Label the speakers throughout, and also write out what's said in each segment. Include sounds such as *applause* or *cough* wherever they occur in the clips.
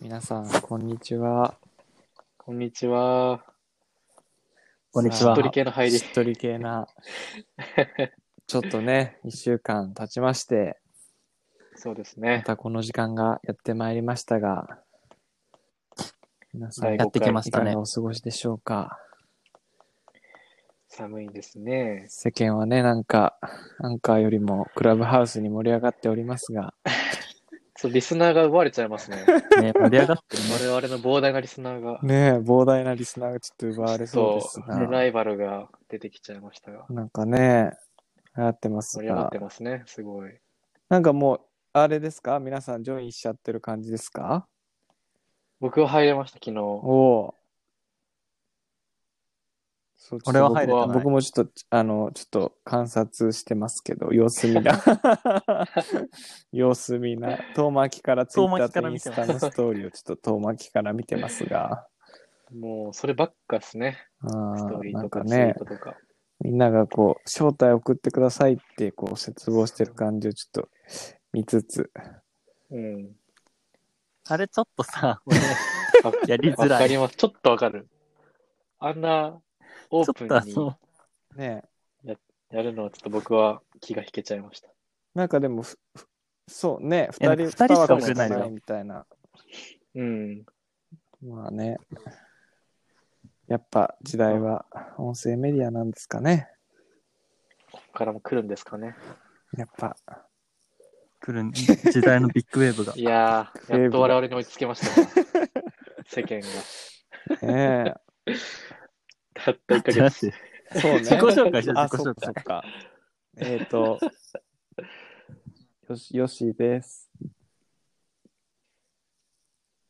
Speaker 1: 皆さん、こんにちは。
Speaker 2: こんにちは。
Speaker 1: こんにち
Speaker 2: し
Speaker 1: は
Speaker 2: っとり系の入り
Speaker 1: し。っとり系な。
Speaker 2: *laughs*
Speaker 1: ちょっとね、一週間経ちまして、
Speaker 2: そうです
Speaker 1: ま
Speaker 2: ね。
Speaker 1: たこの時間がやってまいりましたが、皆さん、
Speaker 2: 第
Speaker 1: い
Speaker 2: 五
Speaker 3: やってきました
Speaker 1: か
Speaker 3: ね
Speaker 1: が。お過ごしでしょうか。
Speaker 2: 寒いですね。
Speaker 1: 世間はね、なんか、アンカーよりもクラブハウスに盛り上がっておりますが、
Speaker 2: そう、リスナーが奪われちゃいます *laughs* ね。
Speaker 3: ね、盛り上がってる
Speaker 2: 我々の膨大なリスナーが。
Speaker 1: ねえ、膨大なリスナーがちょっと奪われそう
Speaker 2: そ
Speaker 1: です
Speaker 2: う、
Speaker 1: が、
Speaker 2: ライバルが出てきちゃいましたが。
Speaker 1: なんかね、流行ってます
Speaker 2: 盛り上が
Speaker 1: が
Speaker 2: って、ますね。すごい。
Speaker 1: なんかもう、あれですか皆さん、ジョインしちゃってる感じですか
Speaker 2: 僕は入れました、昨日。
Speaker 1: おお。そう
Speaker 3: 俺は入
Speaker 2: れてない
Speaker 1: 僕僕もちょっと、あの、ちょっと観察してますけど、様子見な。様子見な。遠巻きからツイッター
Speaker 3: 遠巻き
Speaker 1: と
Speaker 3: から
Speaker 1: イン
Speaker 3: 見て
Speaker 1: ス
Speaker 3: ます
Speaker 1: タのストーリーをちょっと遠巻きから見てますが、
Speaker 2: もう、そればっかですね。
Speaker 1: あ
Speaker 2: ストー
Speaker 1: ー
Speaker 2: リ
Speaker 1: な
Speaker 2: ーと
Speaker 1: んか
Speaker 2: かツイー
Speaker 1: ね、
Speaker 2: トとか。
Speaker 1: みんながこう、招待送ってくださいって、こう、絶望してる感じをちょっと見つつ、
Speaker 2: *laughs* うん。
Speaker 3: あれちょっとさ、
Speaker 2: わ
Speaker 3: やりづ
Speaker 2: わ
Speaker 3: ら
Speaker 2: か
Speaker 3: い。ち
Speaker 2: ります。ちょっとわかる。あんなオ
Speaker 3: ょ
Speaker 2: ー
Speaker 3: っ
Speaker 2: プ
Speaker 3: とあ
Speaker 2: ンに
Speaker 3: の、
Speaker 1: ね、
Speaker 2: やるのはちょっと僕は気が引けちゃいました。
Speaker 1: なんかでもふ、ふそうね、
Speaker 3: いや
Speaker 1: 二人、
Speaker 3: 二人しか
Speaker 1: 二枠
Speaker 3: 送れないのよ
Speaker 1: しかみたいな。
Speaker 2: うん。
Speaker 1: まあね。やっぱ時代は音声メディアなんですかね。
Speaker 2: ここからも来るんですかね。
Speaker 1: やっぱ。
Speaker 3: 来るん時代のビッグウェーブが。
Speaker 2: いやー、やっと我々に追いつけました
Speaker 1: *laughs*
Speaker 2: ね。世間が。
Speaker 1: ね
Speaker 2: たった1ヶ
Speaker 1: *laughs*
Speaker 3: だっ
Speaker 2: 月。
Speaker 3: て
Speaker 1: え。 *laughs* そうね。
Speaker 3: 自己紹介して
Speaker 1: あ、
Speaker 3: 自己
Speaker 1: そっ
Speaker 3: 紹
Speaker 1: かそ
Speaker 3: 介
Speaker 1: っ。か。えっ、と、よし、よしです。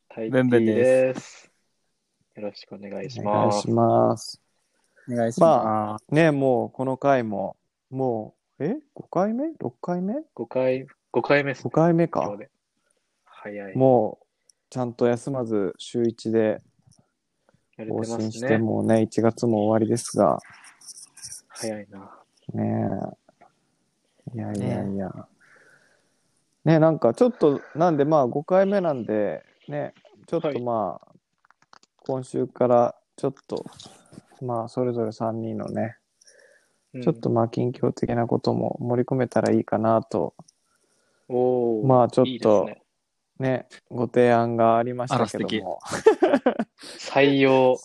Speaker 2: タイ。
Speaker 3: ベンベンです
Speaker 2: よろしくお願いし
Speaker 1: お願
Speaker 2: ま
Speaker 1: い
Speaker 2: す
Speaker 1: し。ます。
Speaker 3: お願い
Speaker 1: し
Speaker 3: し
Speaker 1: ま
Speaker 3: ます。
Speaker 1: ねえ、もうこの回も、もう、え ?5 回目 ?6 回目
Speaker 2: 5回、5回目です
Speaker 1: ?5 回目
Speaker 2: 今
Speaker 1: か
Speaker 2: 日。で。早い。
Speaker 1: もう、ちゃんと休まず週1で
Speaker 2: やれて
Speaker 1: 更
Speaker 2: ます
Speaker 1: 新して、
Speaker 2: ね。
Speaker 1: もうね、1月も終わりですが、
Speaker 2: 早いな。
Speaker 1: ねえ。いやいやいや。ねなんかちょっと、なんでまあ5回目なんで、ね、ちょっ
Speaker 2: は
Speaker 1: と
Speaker 2: い
Speaker 1: まあ、今週からちょっと、まあそれぞれ3人のね、
Speaker 2: うん
Speaker 1: ちょっと。まあ近況的なことも盛り込めたらいいかなと、
Speaker 2: おー
Speaker 1: まあちょっ
Speaker 2: いいです
Speaker 1: と
Speaker 2: ね。
Speaker 1: ね、ご提案がありましたけ
Speaker 3: あら素敵
Speaker 1: ども、
Speaker 2: 採用。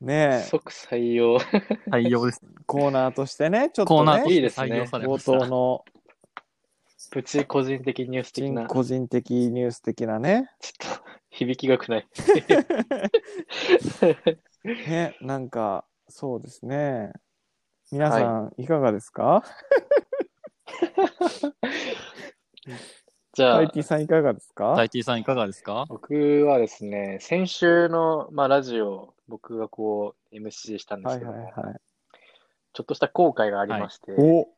Speaker 1: ね
Speaker 2: 即採用。 *laughs*
Speaker 3: 採用です。
Speaker 1: コーナーとしてね、ちょっ
Speaker 3: コー
Speaker 1: と
Speaker 3: ナー
Speaker 1: ね、
Speaker 3: と
Speaker 2: い
Speaker 3: し
Speaker 2: いで
Speaker 3: て
Speaker 2: すね
Speaker 3: 採用されま
Speaker 1: 冒
Speaker 3: した。
Speaker 1: 頭の
Speaker 2: プチ個人的ニュース的な。ちょっ
Speaker 1: 個人的ニュース的なね、
Speaker 2: と、 *laughs* 響きがく
Speaker 1: *laughs*
Speaker 2: ない。
Speaker 1: ね、なんか、そうですね。皆さん、い、かがですか
Speaker 2: じゃあ、
Speaker 1: ?IT さん、いかがですか、
Speaker 3: タイティさんいかがですか
Speaker 2: 僕はですね、先週の、まあ、ラジオ、僕がこう、MC したんで
Speaker 1: は
Speaker 2: す
Speaker 1: い
Speaker 2: けど
Speaker 1: は
Speaker 2: も、
Speaker 1: いはい。
Speaker 2: ちょっとした後悔がありまして、
Speaker 1: お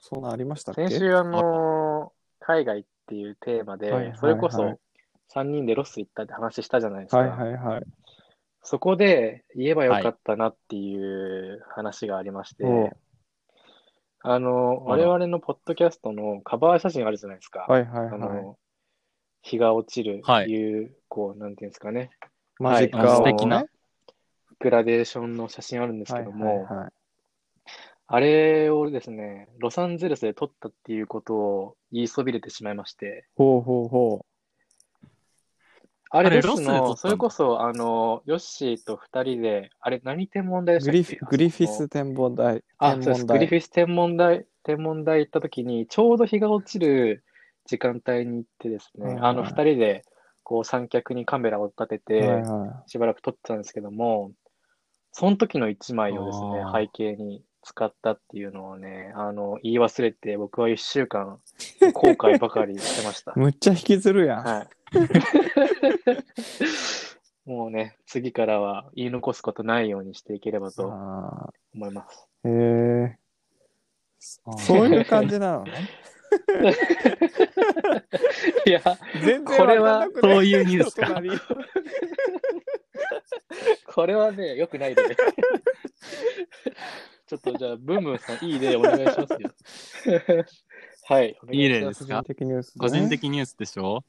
Speaker 1: そんなんありましたっけ
Speaker 2: 先週、あのー海外っていうテーマで、
Speaker 1: はいはいはい
Speaker 2: それこそ3人でロス行ったって話したじゃないですか。
Speaker 1: はいはいはい。
Speaker 2: そこで言えばよかったなっていう話がありまして、
Speaker 1: お
Speaker 2: あのー
Speaker 3: あ
Speaker 2: 我
Speaker 3: ら
Speaker 2: 々のポッドキャストのカバー写真あるじゃないですか。
Speaker 1: はいはい
Speaker 2: あ
Speaker 1: はい。
Speaker 2: の日が落ちる
Speaker 3: は
Speaker 2: いう、こう、なんていうんですかね、
Speaker 1: マジックアワー
Speaker 2: はい
Speaker 1: を
Speaker 2: 素敵
Speaker 1: ね
Speaker 3: な
Speaker 2: グラデーションの写真あるんですけ
Speaker 1: はい
Speaker 2: ど
Speaker 1: はい
Speaker 2: も、
Speaker 1: はい。
Speaker 2: あれをですね、ロサンゼルスで撮ったっていうことを言いそびれてしまいまして、
Speaker 1: ほうほうほ
Speaker 2: あれ
Speaker 3: あれ
Speaker 2: です
Speaker 3: ロスで撮った
Speaker 2: の、
Speaker 3: の
Speaker 2: それこそ、あの、ヨッシーと二人で、あれ、何天文台で
Speaker 1: う。
Speaker 2: したっ
Speaker 1: グリ
Speaker 2: け
Speaker 1: フィグリフィ、
Speaker 2: あそこ
Speaker 1: ス天文台。
Speaker 2: あ、そう
Speaker 1: 天
Speaker 2: です。
Speaker 1: 文
Speaker 2: グリフ
Speaker 1: 台。
Speaker 2: ィス天文台、天文台行った時に、ちょうど日が落ちる時間帯に行ってです
Speaker 1: はい
Speaker 2: ね、
Speaker 1: はい
Speaker 2: あの二人で、こう三脚にカメラを立て
Speaker 1: はい
Speaker 2: て、
Speaker 1: は
Speaker 2: しばらく撮ってたんですけども、その時の一枚をですね
Speaker 3: あ、ー
Speaker 2: 背景に使ったっていうのをね、あの、言い忘れて、僕は一週間、後悔
Speaker 3: *laughs*
Speaker 2: ばかりしてました
Speaker 1: い。。むっちゃ引きずるやん。
Speaker 2: *laughs* はい。もをね、次からは言い残すことないようにしていければと
Speaker 1: あ
Speaker 2: 思います。 *laughs*
Speaker 1: ーへえそういう感じなのね
Speaker 2: いや、
Speaker 1: 全然
Speaker 2: これは
Speaker 1: わかんなくない
Speaker 3: そういうニュースか
Speaker 1: 隣
Speaker 2: これはね、 *laughs* よくないで。ちょっとじゃあ、ブンブンさん、いい例お願いします
Speaker 3: *laughs*
Speaker 2: よ。はい、お願
Speaker 3: いい例
Speaker 2: しま
Speaker 3: で
Speaker 1: *laughs* 個人
Speaker 3: す
Speaker 1: 的ニュースね
Speaker 3: 個人的ニュースでしょ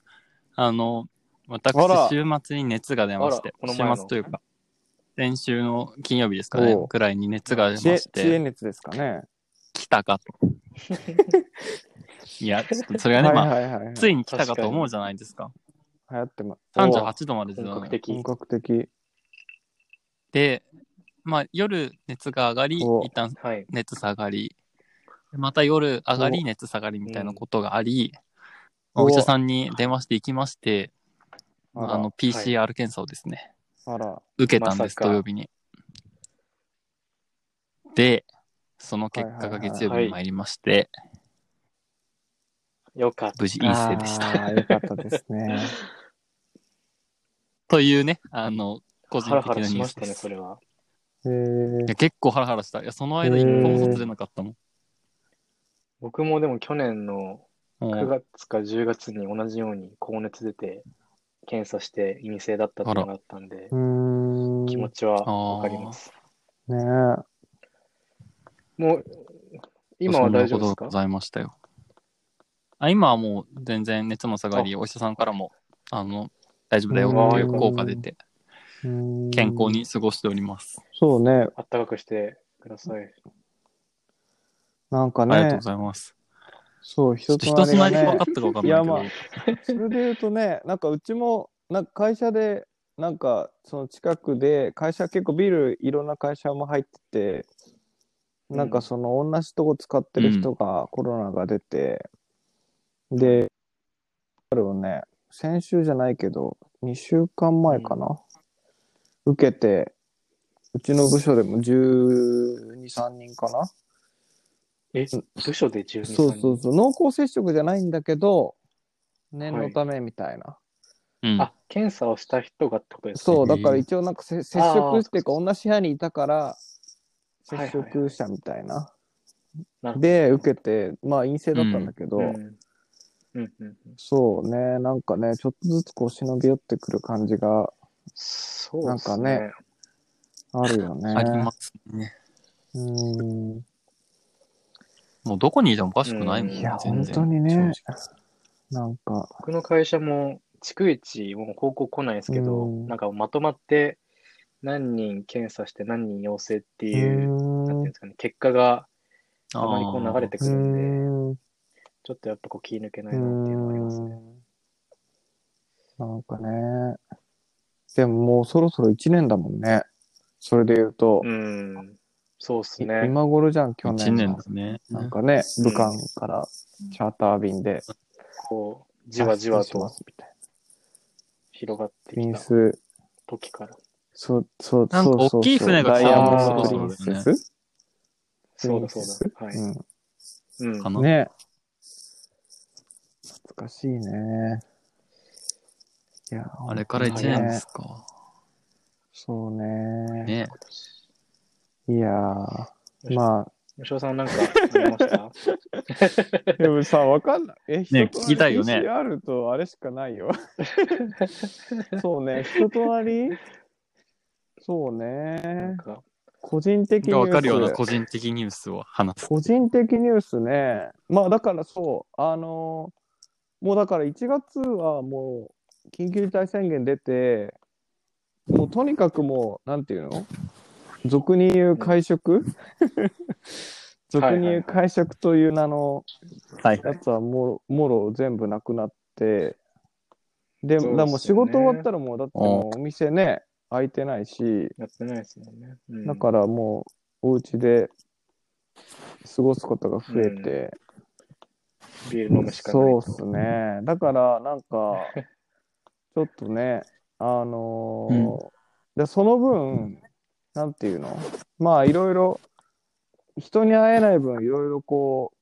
Speaker 3: あの、私
Speaker 1: あら、
Speaker 3: 週末に熱が出まして
Speaker 2: あらこ、の
Speaker 3: 週
Speaker 2: 前の
Speaker 3: 末というか、先週の金曜日ですかね
Speaker 1: おう、
Speaker 3: くらいに熱が出ま
Speaker 1: 知恵
Speaker 3: し
Speaker 1: 知恵
Speaker 3: て、
Speaker 1: 熱ですかね
Speaker 3: 来たかと。いや、ちょっとそれがね、まあ、
Speaker 1: はいはいはいはい
Speaker 3: ついに来たかと思うじゃないですか。
Speaker 1: 流行ってます
Speaker 3: 38度まで出た
Speaker 2: 本
Speaker 3: の
Speaker 2: 格
Speaker 3: よ。
Speaker 2: 的
Speaker 1: 本。格的
Speaker 3: で、まあ、夜熱が上がり、
Speaker 1: お
Speaker 3: 一旦
Speaker 2: はい。
Speaker 3: 熱下がり、また夜上が
Speaker 1: お
Speaker 3: り、熱下がりみたいなことがあり、まあ
Speaker 1: お
Speaker 3: お医者さんに電話して行きまして、
Speaker 1: あ
Speaker 3: ま
Speaker 1: ら
Speaker 3: ああの PCR 検査をですね、
Speaker 1: あら
Speaker 3: 受けたんです、
Speaker 2: まさか
Speaker 3: 土曜日に。で、その結果
Speaker 1: はいは
Speaker 3: が
Speaker 1: いはい
Speaker 3: 月曜日に参りまして、
Speaker 2: よかった。
Speaker 3: 無事陰性でした。
Speaker 1: たよかったですね
Speaker 3: *laughs* というね、あの、個人
Speaker 2: ハラハ
Speaker 3: 的
Speaker 2: ラ
Speaker 3: な
Speaker 2: し
Speaker 3: ニュ
Speaker 2: ま
Speaker 3: ー
Speaker 2: し
Speaker 3: ス
Speaker 2: た
Speaker 3: で
Speaker 2: ね、
Speaker 3: す。
Speaker 2: それは。
Speaker 1: へ
Speaker 3: い
Speaker 1: え
Speaker 3: や結構ハラハラした。いや、その間一個も外れなかったもん。
Speaker 2: 僕もでも去年の
Speaker 3: も
Speaker 2: 9
Speaker 3: う
Speaker 2: 月か10月に同じように高熱出て、検査して陰性だったっていうのがあったんで
Speaker 1: う、ーん
Speaker 2: 気持
Speaker 1: ね
Speaker 2: ちはわかります。
Speaker 1: え
Speaker 2: もう、今は大丈夫です
Speaker 3: そんなこと
Speaker 2: か
Speaker 3: ございましたよ。あ今はもう全然熱も下がり、お医者さんからも、あの、大丈夫だよっていう効果出て、
Speaker 1: うーん
Speaker 3: 健康に過ごしております。
Speaker 1: そうね
Speaker 2: あったかくしてください。
Speaker 1: なんか
Speaker 3: ありがとう
Speaker 1: ね
Speaker 3: ございます。
Speaker 1: そう
Speaker 3: ちょ
Speaker 1: 人
Speaker 3: っ
Speaker 1: とな
Speaker 3: と人と
Speaker 1: りが
Speaker 3: なり
Speaker 1: ね
Speaker 3: 分かったか分かんないけど、
Speaker 1: いやそれで言うとね、なんかうちも、なんか会社で、なんかその近くで、会社結構ビルいろんな会社も入ってて、なんかその同じとこ使ってる人がコロナが出て、で、あれをね、先週じゃないけど、2週間前かな、受けて、うちの部署でも12、3人かな
Speaker 2: え、部署で12
Speaker 1: そうそうそう、濃厚接触じゃないんだけど、念のためみたいな。
Speaker 3: うん
Speaker 2: あ、検査をした人がってことですか
Speaker 1: そう、
Speaker 3: へ
Speaker 1: だ
Speaker 3: え
Speaker 1: から一応なんかせ接触っていうか、同じ部屋にいたから、接触者みたいな。
Speaker 2: なるほど
Speaker 1: で、受けて、まあ陰性だったんだけど、
Speaker 2: うんうんうんうん
Speaker 1: そうね、なんかね、ちょっとずつこう忍び寄ってくる感じが
Speaker 2: そうっす
Speaker 1: なんあるよね。
Speaker 3: ありますね。
Speaker 1: うーん。
Speaker 3: もうどこにいてもおかしくないもん、
Speaker 2: うん
Speaker 1: いや、
Speaker 3: 全
Speaker 1: 本
Speaker 3: 然
Speaker 1: 当にね、なんか、
Speaker 2: 僕の会社も逐一もう報告来ないですけど、
Speaker 1: うん
Speaker 2: なんかまとまって何人検査して何人陽性って
Speaker 1: う
Speaker 2: いう、なんていうん
Speaker 1: ーん。
Speaker 2: ですかね、結果が
Speaker 3: あ
Speaker 2: たまにこう流れてく
Speaker 1: う
Speaker 2: るんで、
Speaker 1: ん
Speaker 2: ちょっとやっぱこう気抜けな
Speaker 1: う
Speaker 2: いなっていうのはあります
Speaker 1: ん
Speaker 2: ね。
Speaker 1: なんかね。でももうそろそろ1年だもんね。それで言うと
Speaker 2: う、ん、そうっす
Speaker 1: い
Speaker 2: ね。
Speaker 1: 今頃じゃん、去
Speaker 3: 1
Speaker 1: 年の。
Speaker 3: 年ですね。
Speaker 1: なんかね、
Speaker 2: うん
Speaker 1: 武漢からチャーター便で、
Speaker 2: こう、じわじわ
Speaker 1: 脱出し
Speaker 2: と
Speaker 1: ますみたい
Speaker 2: 広がって
Speaker 1: な。
Speaker 2: き
Speaker 1: 民
Speaker 2: た
Speaker 1: 数、
Speaker 2: 時から。
Speaker 1: そう、そう、
Speaker 3: なんか
Speaker 1: そうそう
Speaker 3: 大きい船が
Speaker 1: そうダイヤ
Speaker 2: 来た
Speaker 1: モ
Speaker 2: の
Speaker 1: ンドプリンセス
Speaker 2: そうだそうだ。は
Speaker 1: う
Speaker 2: い。うん
Speaker 3: か。
Speaker 1: ん。
Speaker 3: な
Speaker 1: ね懐かしいね。いや、
Speaker 3: あれから1年ですか。
Speaker 1: そうね。
Speaker 3: ね
Speaker 1: いやー、まあ、
Speaker 2: 吉尾さんなんかありました
Speaker 1: *laughs* でもさ、わかん *laughs* ない。え、
Speaker 3: ね
Speaker 1: 人となり
Speaker 3: 聞きたいよね
Speaker 1: PCR とあれしかない *laughs* よ。そうね、人となりそう
Speaker 2: な
Speaker 1: ね
Speaker 2: ん。か、
Speaker 1: 個人的に。
Speaker 3: が分かるような個人的ニュースを話す。
Speaker 1: 個人的ニュースね。まあだからそう、あのーもうだから1月はもう緊急事態宣言出て、もうとにかくもう、なんていうの俗に言う会
Speaker 2: *laughs*
Speaker 1: 食俗に言う会食という名の
Speaker 3: はい
Speaker 1: やつはもろもろ全部なくなって、で、
Speaker 2: そうですよね
Speaker 1: だからもう仕事終わったらもう、だってもうお店ね、開いてないし、
Speaker 2: やってないですもんね。うん
Speaker 1: だからもうお家で過ごすことが増えて、
Speaker 2: ビール飲むしかない
Speaker 1: そう
Speaker 2: と。
Speaker 1: っすねだからなん
Speaker 2: *laughs*
Speaker 1: かちょっとねあのーでその分なんていうのまあいろいろ人に会えない分いろいろこ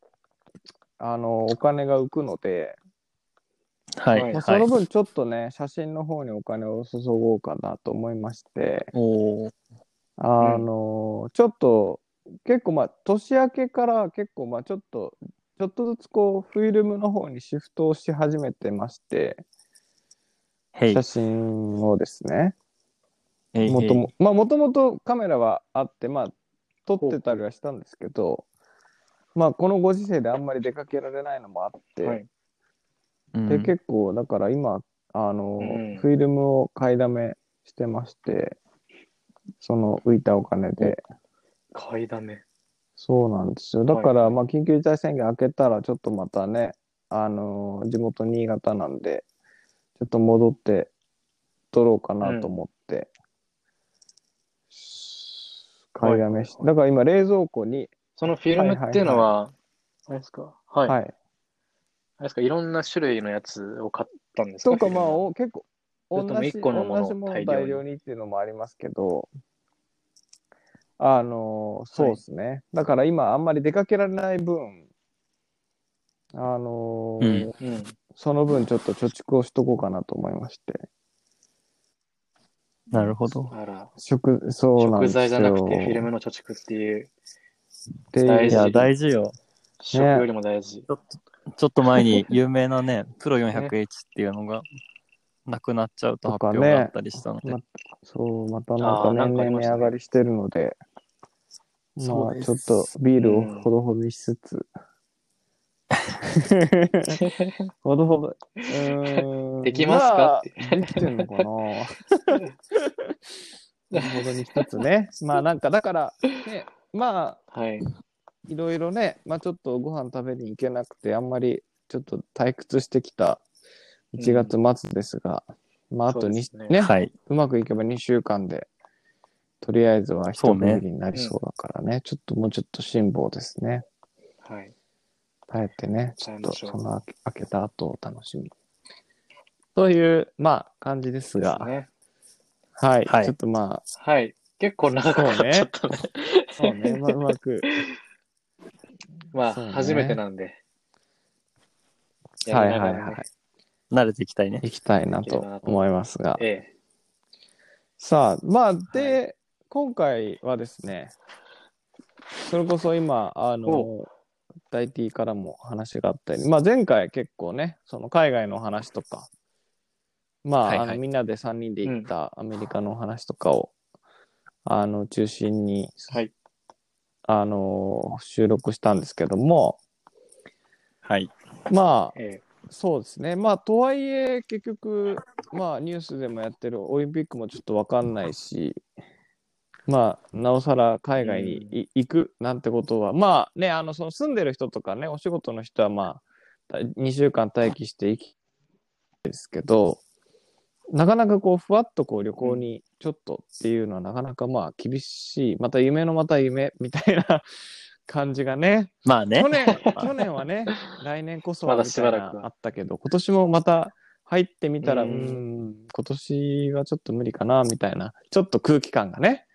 Speaker 1: うあのお金が浮くので
Speaker 3: はい。
Speaker 2: はい
Speaker 1: ま
Speaker 3: は
Speaker 1: あ、
Speaker 3: い
Speaker 1: その分ちょっとね、写真の方にお金を注ごうかなと思いまして、
Speaker 3: おー
Speaker 1: あのーちょっと結構まあ年明けから結構まあちょっとちょっとずつこうフィルムの方にシフトをし始めてまして
Speaker 3: へい
Speaker 1: 写。真をですね
Speaker 3: へい
Speaker 1: もとも,、まあ、もともとカメラはあってまあ撮ってたりはしたんですけどまあこのご時世であんまり出かけられないのもあって、
Speaker 2: はい。
Speaker 3: うん
Speaker 1: で結構だから今あの、
Speaker 2: うん
Speaker 1: フィルムを買いだめしてましてその浮いたお金で。
Speaker 2: 買いだめ。
Speaker 1: そうなんですよ。だから、まあ、緊急事態宣言明けたら、ちょっとまたね、あのー地元新潟なんで、ちょっと戻って撮ろうかなと思って、買いだめし、
Speaker 2: はい
Speaker 1: だから今、冷蔵庫に、
Speaker 2: そのフィルムっていうのは、あれですかはい。あ
Speaker 1: は
Speaker 2: れ
Speaker 1: い。
Speaker 2: ですかいろんな種類のやつを買ったんですか
Speaker 1: とか、
Speaker 2: フィルム
Speaker 1: まあ、
Speaker 2: は
Speaker 1: お結構、
Speaker 2: そ
Speaker 1: 同
Speaker 2: れとも
Speaker 1: じ
Speaker 2: 一個のものを
Speaker 1: 同じものを
Speaker 2: 大量に
Speaker 1: 大量にっていうのもありますけど、あのーそうですね、だから今、あんまり出かけられない分、あのー
Speaker 3: うん
Speaker 2: うん。
Speaker 1: その分ちょっと貯蓄をしとこうかなと思いまして。
Speaker 3: なるほど。
Speaker 2: あら、
Speaker 1: 食、そうな
Speaker 2: 食
Speaker 1: んですよ。
Speaker 2: 材じゃなくてフィルムの貯蓄っていう、
Speaker 1: っていう
Speaker 2: 大
Speaker 3: い
Speaker 2: 事
Speaker 3: や、大事よ。
Speaker 2: 食よりも大 *laughs* 事。
Speaker 3: ちょっと前に有名なね、プロ 400H っていうのがなくなっちゃうと発表があったりしたので、
Speaker 1: とかねそう、またなん
Speaker 2: あ
Speaker 1: か
Speaker 2: ーなんかあ
Speaker 1: 年々
Speaker 2: りまし
Speaker 1: 値
Speaker 2: たね
Speaker 1: 上がりしてるので、ま
Speaker 3: そう
Speaker 1: あ
Speaker 3: です
Speaker 1: ちょっとビール
Speaker 2: う
Speaker 1: を
Speaker 2: ん
Speaker 1: ほどほどにしつつ。ほどほど。うーん
Speaker 2: できますかって
Speaker 1: まあできてんのか
Speaker 2: *laughs*
Speaker 1: なほどほどにしつつね。まあなんかだから、ね、まあ
Speaker 2: はい。
Speaker 1: いろいろね、まあ、ちょっとご飯食べに行けなくて、あんまりちょっと退屈してきた1月末ですが、まあ、あ
Speaker 2: そ
Speaker 1: と
Speaker 2: う
Speaker 1: に
Speaker 2: ですね
Speaker 1: ね
Speaker 3: はい。
Speaker 1: うまくいけば2週間で、とりあえずは一
Speaker 3: そう
Speaker 1: 区
Speaker 3: ね
Speaker 1: 切りになりそうだからね、ちょっともうちょっと辛抱ですね。
Speaker 2: はい。
Speaker 1: 耐えてね、ちょっと
Speaker 2: 耐えましょ
Speaker 1: そうの明け明けた後を楽しみに。という、まあ、感じですが、
Speaker 2: ですね。
Speaker 1: はい、
Speaker 3: はい
Speaker 1: ちょっとまあ、
Speaker 2: はい。結構長くなっちゃったね。
Speaker 1: そ
Speaker 2: *laughs*
Speaker 1: うね、まあ、うまく、
Speaker 2: まあ、
Speaker 1: そうね
Speaker 2: 初めてなんで。
Speaker 1: はい
Speaker 2: やり
Speaker 1: は
Speaker 2: ないがらね
Speaker 1: はい、
Speaker 3: 慣れていきたいね。
Speaker 1: 行きたいなと思いますが。
Speaker 2: ええ。
Speaker 1: さあまあで、今回はですねそれこそ今あの
Speaker 2: お
Speaker 1: 大 T からも話があったり、まあ、前回結構ねその海外の話とかまあ,、
Speaker 3: はいはい
Speaker 1: あのみんなで3人で行ったアメリカの話とかを、あの中心に
Speaker 2: はい。
Speaker 1: あの収録したんですけども
Speaker 3: はい。
Speaker 1: まあ
Speaker 2: ええ。
Speaker 1: そうですねまあとはいえ結局まあニュースでもやってるオリンピックもちょっと分かんないしまあなおさら海外にい行くなんてことは、まあねあのその住んでる人とかねお仕事の人はまあ2週間待機していきですけどなかなかこうふわっとこう旅行にちょっとっていうのはなかなかまあ厳しいまた夢のまた夢みたいな *laughs* 感じがね
Speaker 3: まあね
Speaker 1: 去。
Speaker 3: *laughs*
Speaker 1: 年、去年はね、来年こそは
Speaker 2: まだ
Speaker 1: み
Speaker 2: したば
Speaker 1: い
Speaker 2: ら
Speaker 1: な
Speaker 2: くは
Speaker 1: あったけど、今年もまた入ってみたら、う
Speaker 2: うん
Speaker 1: ん、今年はちょっと無理かな、みたいな、ちょっと空気感がね、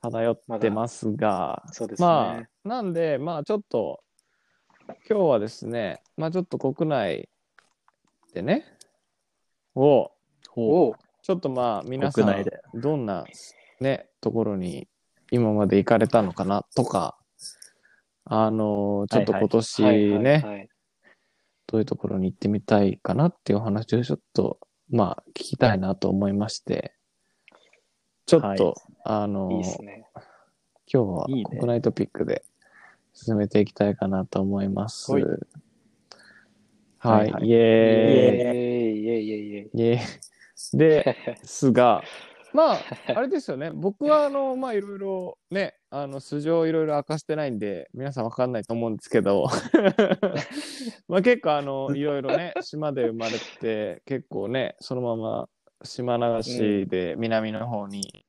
Speaker 1: 漂ってますが、
Speaker 2: そうですね。
Speaker 1: まあ、なんで、まあちょっと、今日はですね、まあちょっと国内でね、を、
Speaker 3: ほう
Speaker 2: おう
Speaker 1: ちょっとまあ皆さ
Speaker 3: 国内
Speaker 1: ん
Speaker 3: で、
Speaker 1: どんなね、ところに今まで行かれたのかなとか、あのちょっと
Speaker 3: はいはい
Speaker 1: 今年
Speaker 2: はいはい
Speaker 1: ね、
Speaker 2: はい。
Speaker 1: どういうところに行ってみたいかなっていうお話をちょっと、まあ、聞きたいなと思いまして、ちょっと、
Speaker 3: はい
Speaker 1: あの
Speaker 2: いいですね。
Speaker 1: 今日はい
Speaker 3: いね
Speaker 1: 国内トピックで進めていきたいかなと思います。
Speaker 2: ほ
Speaker 1: はいい、
Speaker 3: はいはい
Speaker 1: イエ
Speaker 2: えいえいえいえい
Speaker 1: ーイイエーイで、ですが、まあ、あれですよね、僕は、あの、まあ、いろいろ、ね、あの、素性をいろいろ明かしてないんで、皆さんわかんないと思うんですけど、 *laughs* まあ、結構、あの、いろいろね、島で生まれて、結構ね、そのまま島流しで南の方に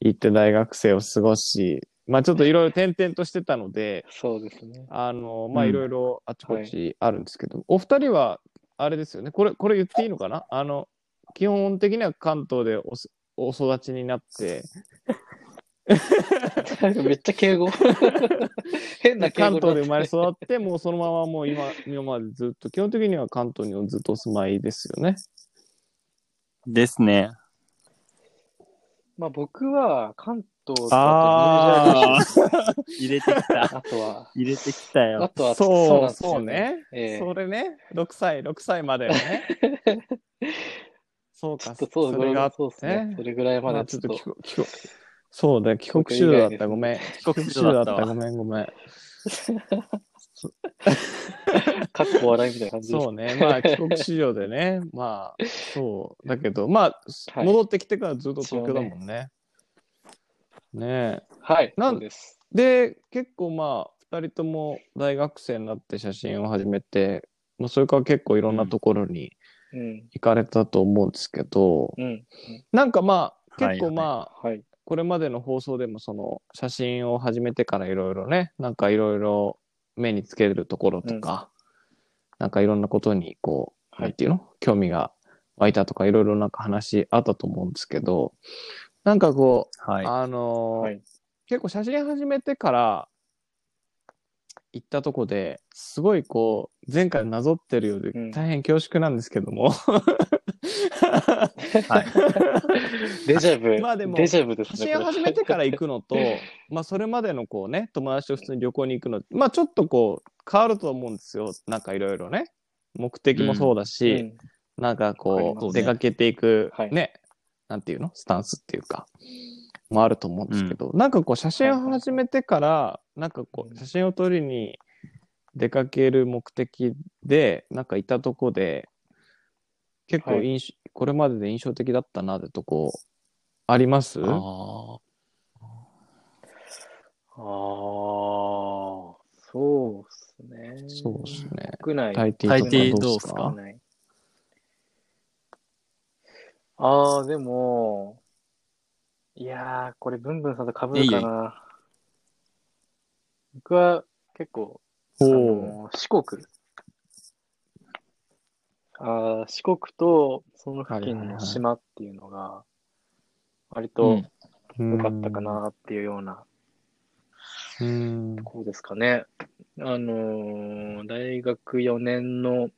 Speaker 1: 行って大学生を過ごし、まあ、ちょっといろいろ転々としてたので、
Speaker 2: そうですね。
Speaker 1: あの、まあ、
Speaker 3: うん
Speaker 1: いろいろあちこちあるんですけど、お二人は、あれですよね、これ、これ言っていいのかなあの、基本的には関東でおすお育ちになって、
Speaker 2: *laughs* めっちゃ敬語。変な敬語
Speaker 1: 関東で生まれ育って、もうそのままもう今、 *laughs* 今までずっと、基本的には関東にずっとお住まいですよね。
Speaker 3: ですね。
Speaker 2: まあ僕は関東とあとニュージャージー
Speaker 3: ああ。入れてきた。
Speaker 2: あとは、
Speaker 3: 入れてきた
Speaker 2: あ
Speaker 3: よ。
Speaker 2: とは、
Speaker 1: そう、
Speaker 2: なんですよ
Speaker 1: そう。ね。
Speaker 2: ええ
Speaker 1: それね、6歳、6歳まで
Speaker 2: *laughs*
Speaker 1: はね。そう
Speaker 2: ちょ
Speaker 1: か、
Speaker 2: っとそう、
Speaker 1: それがあって
Speaker 2: そうですね。それぐらいま
Speaker 1: ま
Speaker 2: で
Speaker 1: だ
Speaker 2: ち
Speaker 1: ち
Speaker 2: ょ
Speaker 1: ょ
Speaker 2: っ
Speaker 1: っ
Speaker 2: と
Speaker 1: と。帰国、帰国、そうだよ、帰国子女だ
Speaker 2: 僕以外
Speaker 1: っ
Speaker 2: です
Speaker 1: た、ご
Speaker 2: *laughs*
Speaker 1: めん。
Speaker 3: 帰
Speaker 1: 帰
Speaker 3: 国
Speaker 1: 国
Speaker 3: 子
Speaker 1: 子
Speaker 3: 女だ
Speaker 1: 女
Speaker 3: った
Speaker 1: だ
Speaker 3: わ
Speaker 1: った、ごめん、ごめん。
Speaker 2: かっこ笑いみたいな感じです
Speaker 1: そうね、まあ、帰国子女
Speaker 2: *laughs*
Speaker 1: でね、まあ、そう、だけど、まあ、
Speaker 2: はい
Speaker 1: 戻ってきてからずっと東京だもんね。ねえ。
Speaker 2: はい。
Speaker 1: なん
Speaker 2: そうです。
Speaker 1: で結構まあ2人とも大学生になって写真を始めて、まあ、それから結構いろんなところに
Speaker 2: うん。
Speaker 1: 行かれたと思うんですけど、
Speaker 2: うん。
Speaker 1: なんかまあ
Speaker 3: はい
Speaker 1: 結構まあ、
Speaker 2: はい。
Speaker 1: これまでの放送でもその写真を始めてからいろいろねなんかいろいろ目につけるところとか、なんかいろんなことにこう、
Speaker 2: はい
Speaker 1: なんていうの興味が湧いたとかいろいろなんか話あったと思うんですけどなんかこう、
Speaker 3: はい。
Speaker 1: あのー
Speaker 2: はい。
Speaker 1: 結構写真始めてから行ったとこですごいこう前回なぞってるようで
Speaker 2: うん
Speaker 1: 大変恐縮なんですけども、
Speaker 2: *laughs*
Speaker 3: はい。
Speaker 2: デジャブ。
Speaker 1: まあでも
Speaker 2: デジャブですね。
Speaker 1: 写真を始めてから行くの
Speaker 2: *laughs*
Speaker 1: とまあそれまでのこうね友達と普通に旅行に行くのまあちょっとこう変わると思うんですよなんかいろいろね目的もそうだ
Speaker 2: う
Speaker 1: し、
Speaker 2: ん。
Speaker 1: なんか
Speaker 2: わかり
Speaker 1: こ
Speaker 2: ます
Speaker 1: う出かけていく
Speaker 2: はい
Speaker 1: ね、なんていうのスタンスっていうかもあると思うんですけど、なんかこう写真を始めてからなんか
Speaker 2: う
Speaker 1: こ
Speaker 2: ん
Speaker 1: う写真を撮りに出かける目的でなんかいたとこで結構
Speaker 2: はい
Speaker 1: 印象、これまでで印象的だったなってとこあります
Speaker 3: ああ。
Speaker 2: ああ、そうですね。
Speaker 1: そうですね。
Speaker 2: 国内。
Speaker 1: 大抵
Speaker 3: 大抵どうっす
Speaker 1: と
Speaker 3: か
Speaker 1: かどうっすか
Speaker 2: ない。ああ、でも、いやー、これ、ブンブンさんとかぶるか
Speaker 3: いえい
Speaker 2: な。僕は結構、あ
Speaker 1: おお
Speaker 2: の四国。あー四国とその付近の島っていうのが、割と良かったか。なっていうような
Speaker 1: うん。
Speaker 2: こうですかね。あのー大学4年の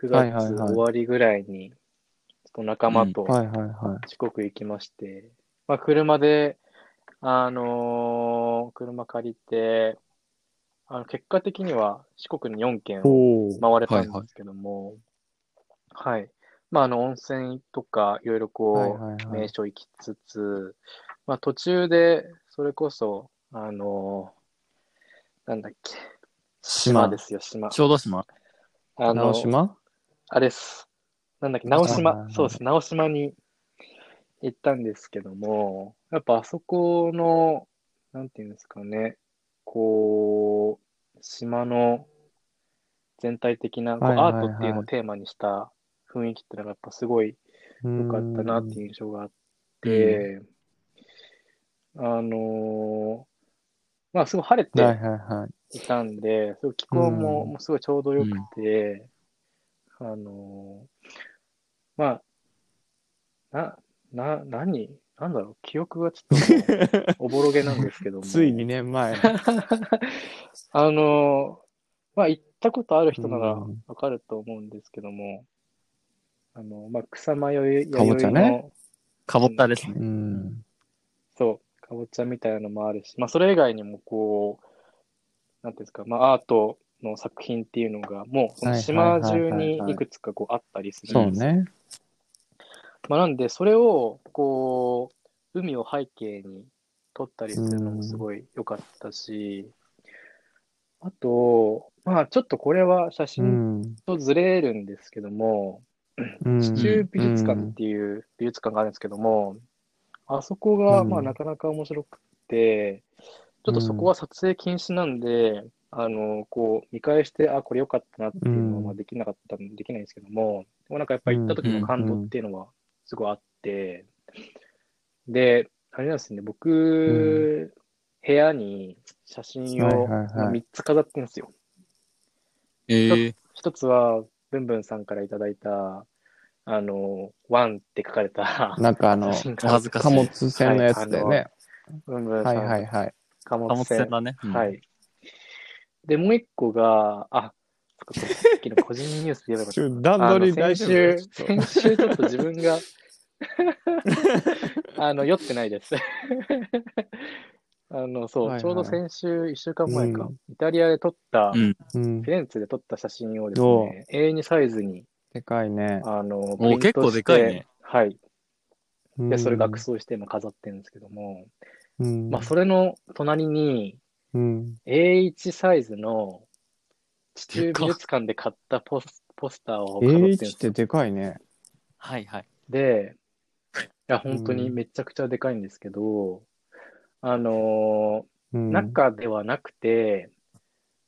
Speaker 2: 9
Speaker 1: はいはい
Speaker 2: 月
Speaker 1: はい
Speaker 2: 終わりぐらいに、ちょっと仲間と
Speaker 1: はいはいは
Speaker 2: 四国行きまして、まあ、車で、あのー車借りて、あの結果的には四国に4
Speaker 1: い。
Speaker 2: 軒を
Speaker 1: おお。
Speaker 2: 回れたんですけども、はい、まあ、あの、温泉とか、いろいろこう、
Speaker 1: はいはいはい
Speaker 2: 名所行きつつ、まあ、途中で、それこそ、あのーなんだっけ、島
Speaker 1: 島
Speaker 2: で
Speaker 1: です。
Speaker 2: すよ、島。
Speaker 3: 小豆島
Speaker 2: あの、
Speaker 1: 直島
Speaker 2: あれです。なんだっけ、直
Speaker 1: はいはい
Speaker 2: 島
Speaker 1: は、い
Speaker 2: そうです、直島に行ったんですけども、やっぱあそこの、なんていうんですかね、こう、島の全体的な、こう
Speaker 1: はいはい
Speaker 2: アー
Speaker 1: はい
Speaker 2: トっていうのをテーマにした雰囲気ってのがやっぱすごい良
Speaker 1: よ
Speaker 2: かったなっていう印象があって、あのーまあすごい晴れて、
Speaker 1: はいはいはい。
Speaker 2: いたんで、すごい気候も
Speaker 1: うん
Speaker 2: もうすごいちょうどよくて、あのーまあ、な、な、何なんだろう、記憶がちょっともう
Speaker 1: *laughs*
Speaker 2: おぼろげなんですけども。
Speaker 1: つい2年前。
Speaker 2: *laughs* あのーまあ、行ったことある人なら
Speaker 1: うん
Speaker 2: わかると思うんですけども、あの、まあ、草間弥生
Speaker 1: かぼちゃね
Speaker 2: 弥生の
Speaker 3: かぼったですね。
Speaker 1: うん。
Speaker 2: そう、かぼちゃみたいなのもあるし、まあ、それ以外にもこう、なんていうんですか、まあ、アートの作品っていうのが、もう、その島中にいくつかこうあったりする
Speaker 1: そ
Speaker 2: ん
Speaker 1: う
Speaker 2: ですよ
Speaker 1: ね。
Speaker 2: まあ、なんで、それを、こう、海を背景に撮ったりするのもすごい良かったし、あと、まあ、ちょっとこれは写
Speaker 1: う
Speaker 2: 真
Speaker 1: ん。
Speaker 2: とずれるんですけども、
Speaker 1: うん
Speaker 2: 地中美術館っていう美術館があるんですけども、あそこが、
Speaker 1: うん
Speaker 2: まあ、なかなか面白くて、ちょっとそこは撮影禁止なんで、あの、こう、見返して、あ、これ良かったなっていうのはまあ
Speaker 1: うん
Speaker 2: できなかった、できないんですけども、でもなんかやっぱ行った時の感動っていうのはすごいあって、で、あれなんですね、僕、部屋に写真
Speaker 1: はい
Speaker 2: を
Speaker 1: はいはい
Speaker 2: まあ3つ飾ってるんですよ。
Speaker 3: ええ。
Speaker 2: 一つは、ブンブンさんからいただいた、あの、ワンって書かれた、
Speaker 1: なんかあの、
Speaker 2: 写真が
Speaker 3: お恥ずかしい
Speaker 1: 貨物船のやつだよ
Speaker 2: は
Speaker 1: ね。
Speaker 2: 文文さ
Speaker 1: は
Speaker 2: ん
Speaker 1: い
Speaker 2: と
Speaker 1: はいはい。
Speaker 2: 貨
Speaker 3: 貨
Speaker 2: 物
Speaker 3: 物
Speaker 2: 船
Speaker 3: 船。だね。うん
Speaker 2: は。い。で、もう一個が、あ、そっかさっきの個人ニュースで言えばよかった
Speaker 1: *laughs* ちょ段
Speaker 2: あ
Speaker 1: 取
Speaker 2: の
Speaker 1: り大
Speaker 2: 先
Speaker 1: 丈
Speaker 2: 週、
Speaker 1: 夫ちょっ
Speaker 2: 先週ちょっと自分が *laughs* あの酔ってないです。 *laughs* あのそう、
Speaker 1: はいはい
Speaker 2: ちょうど先週1週間前か、
Speaker 1: うん
Speaker 2: イタリアで撮った、
Speaker 3: うん
Speaker 1: とうん
Speaker 2: フィレンツェで撮った写真をです
Speaker 1: おう
Speaker 2: ね、A2 サイズに
Speaker 1: でかいね。
Speaker 2: あのプ
Speaker 3: お
Speaker 2: リ
Speaker 3: う
Speaker 2: ン
Speaker 3: 結
Speaker 2: ト
Speaker 3: 構
Speaker 2: して
Speaker 3: でかいね。
Speaker 2: はい。
Speaker 1: う
Speaker 2: で、
Speaker 1: ん
Speaker 2: それ額装して今飾ってるんですけども、
Speaker 1: うん
Speaker 2: まあ、それの隣に
Speaker 1: うん。
Speaker 2: A1 サイズの地
Speaker 3: で
Speaker 2: 中
Speaker 3: か
Speaker 2: 美術館で買ったポスポスターを飾ってるんです
Speaker 1: A1
Speaker 2: よ
Speaker 1: ってでかいね。
Speaker 3: はいはい。
Speaker 2: で、いや、本当に
Speaker 1: うん
Speaker 2: めちゃくちゃでかいんですけど、あの
Speaker 1: うん
Speaker 2: ー、中ではなくて、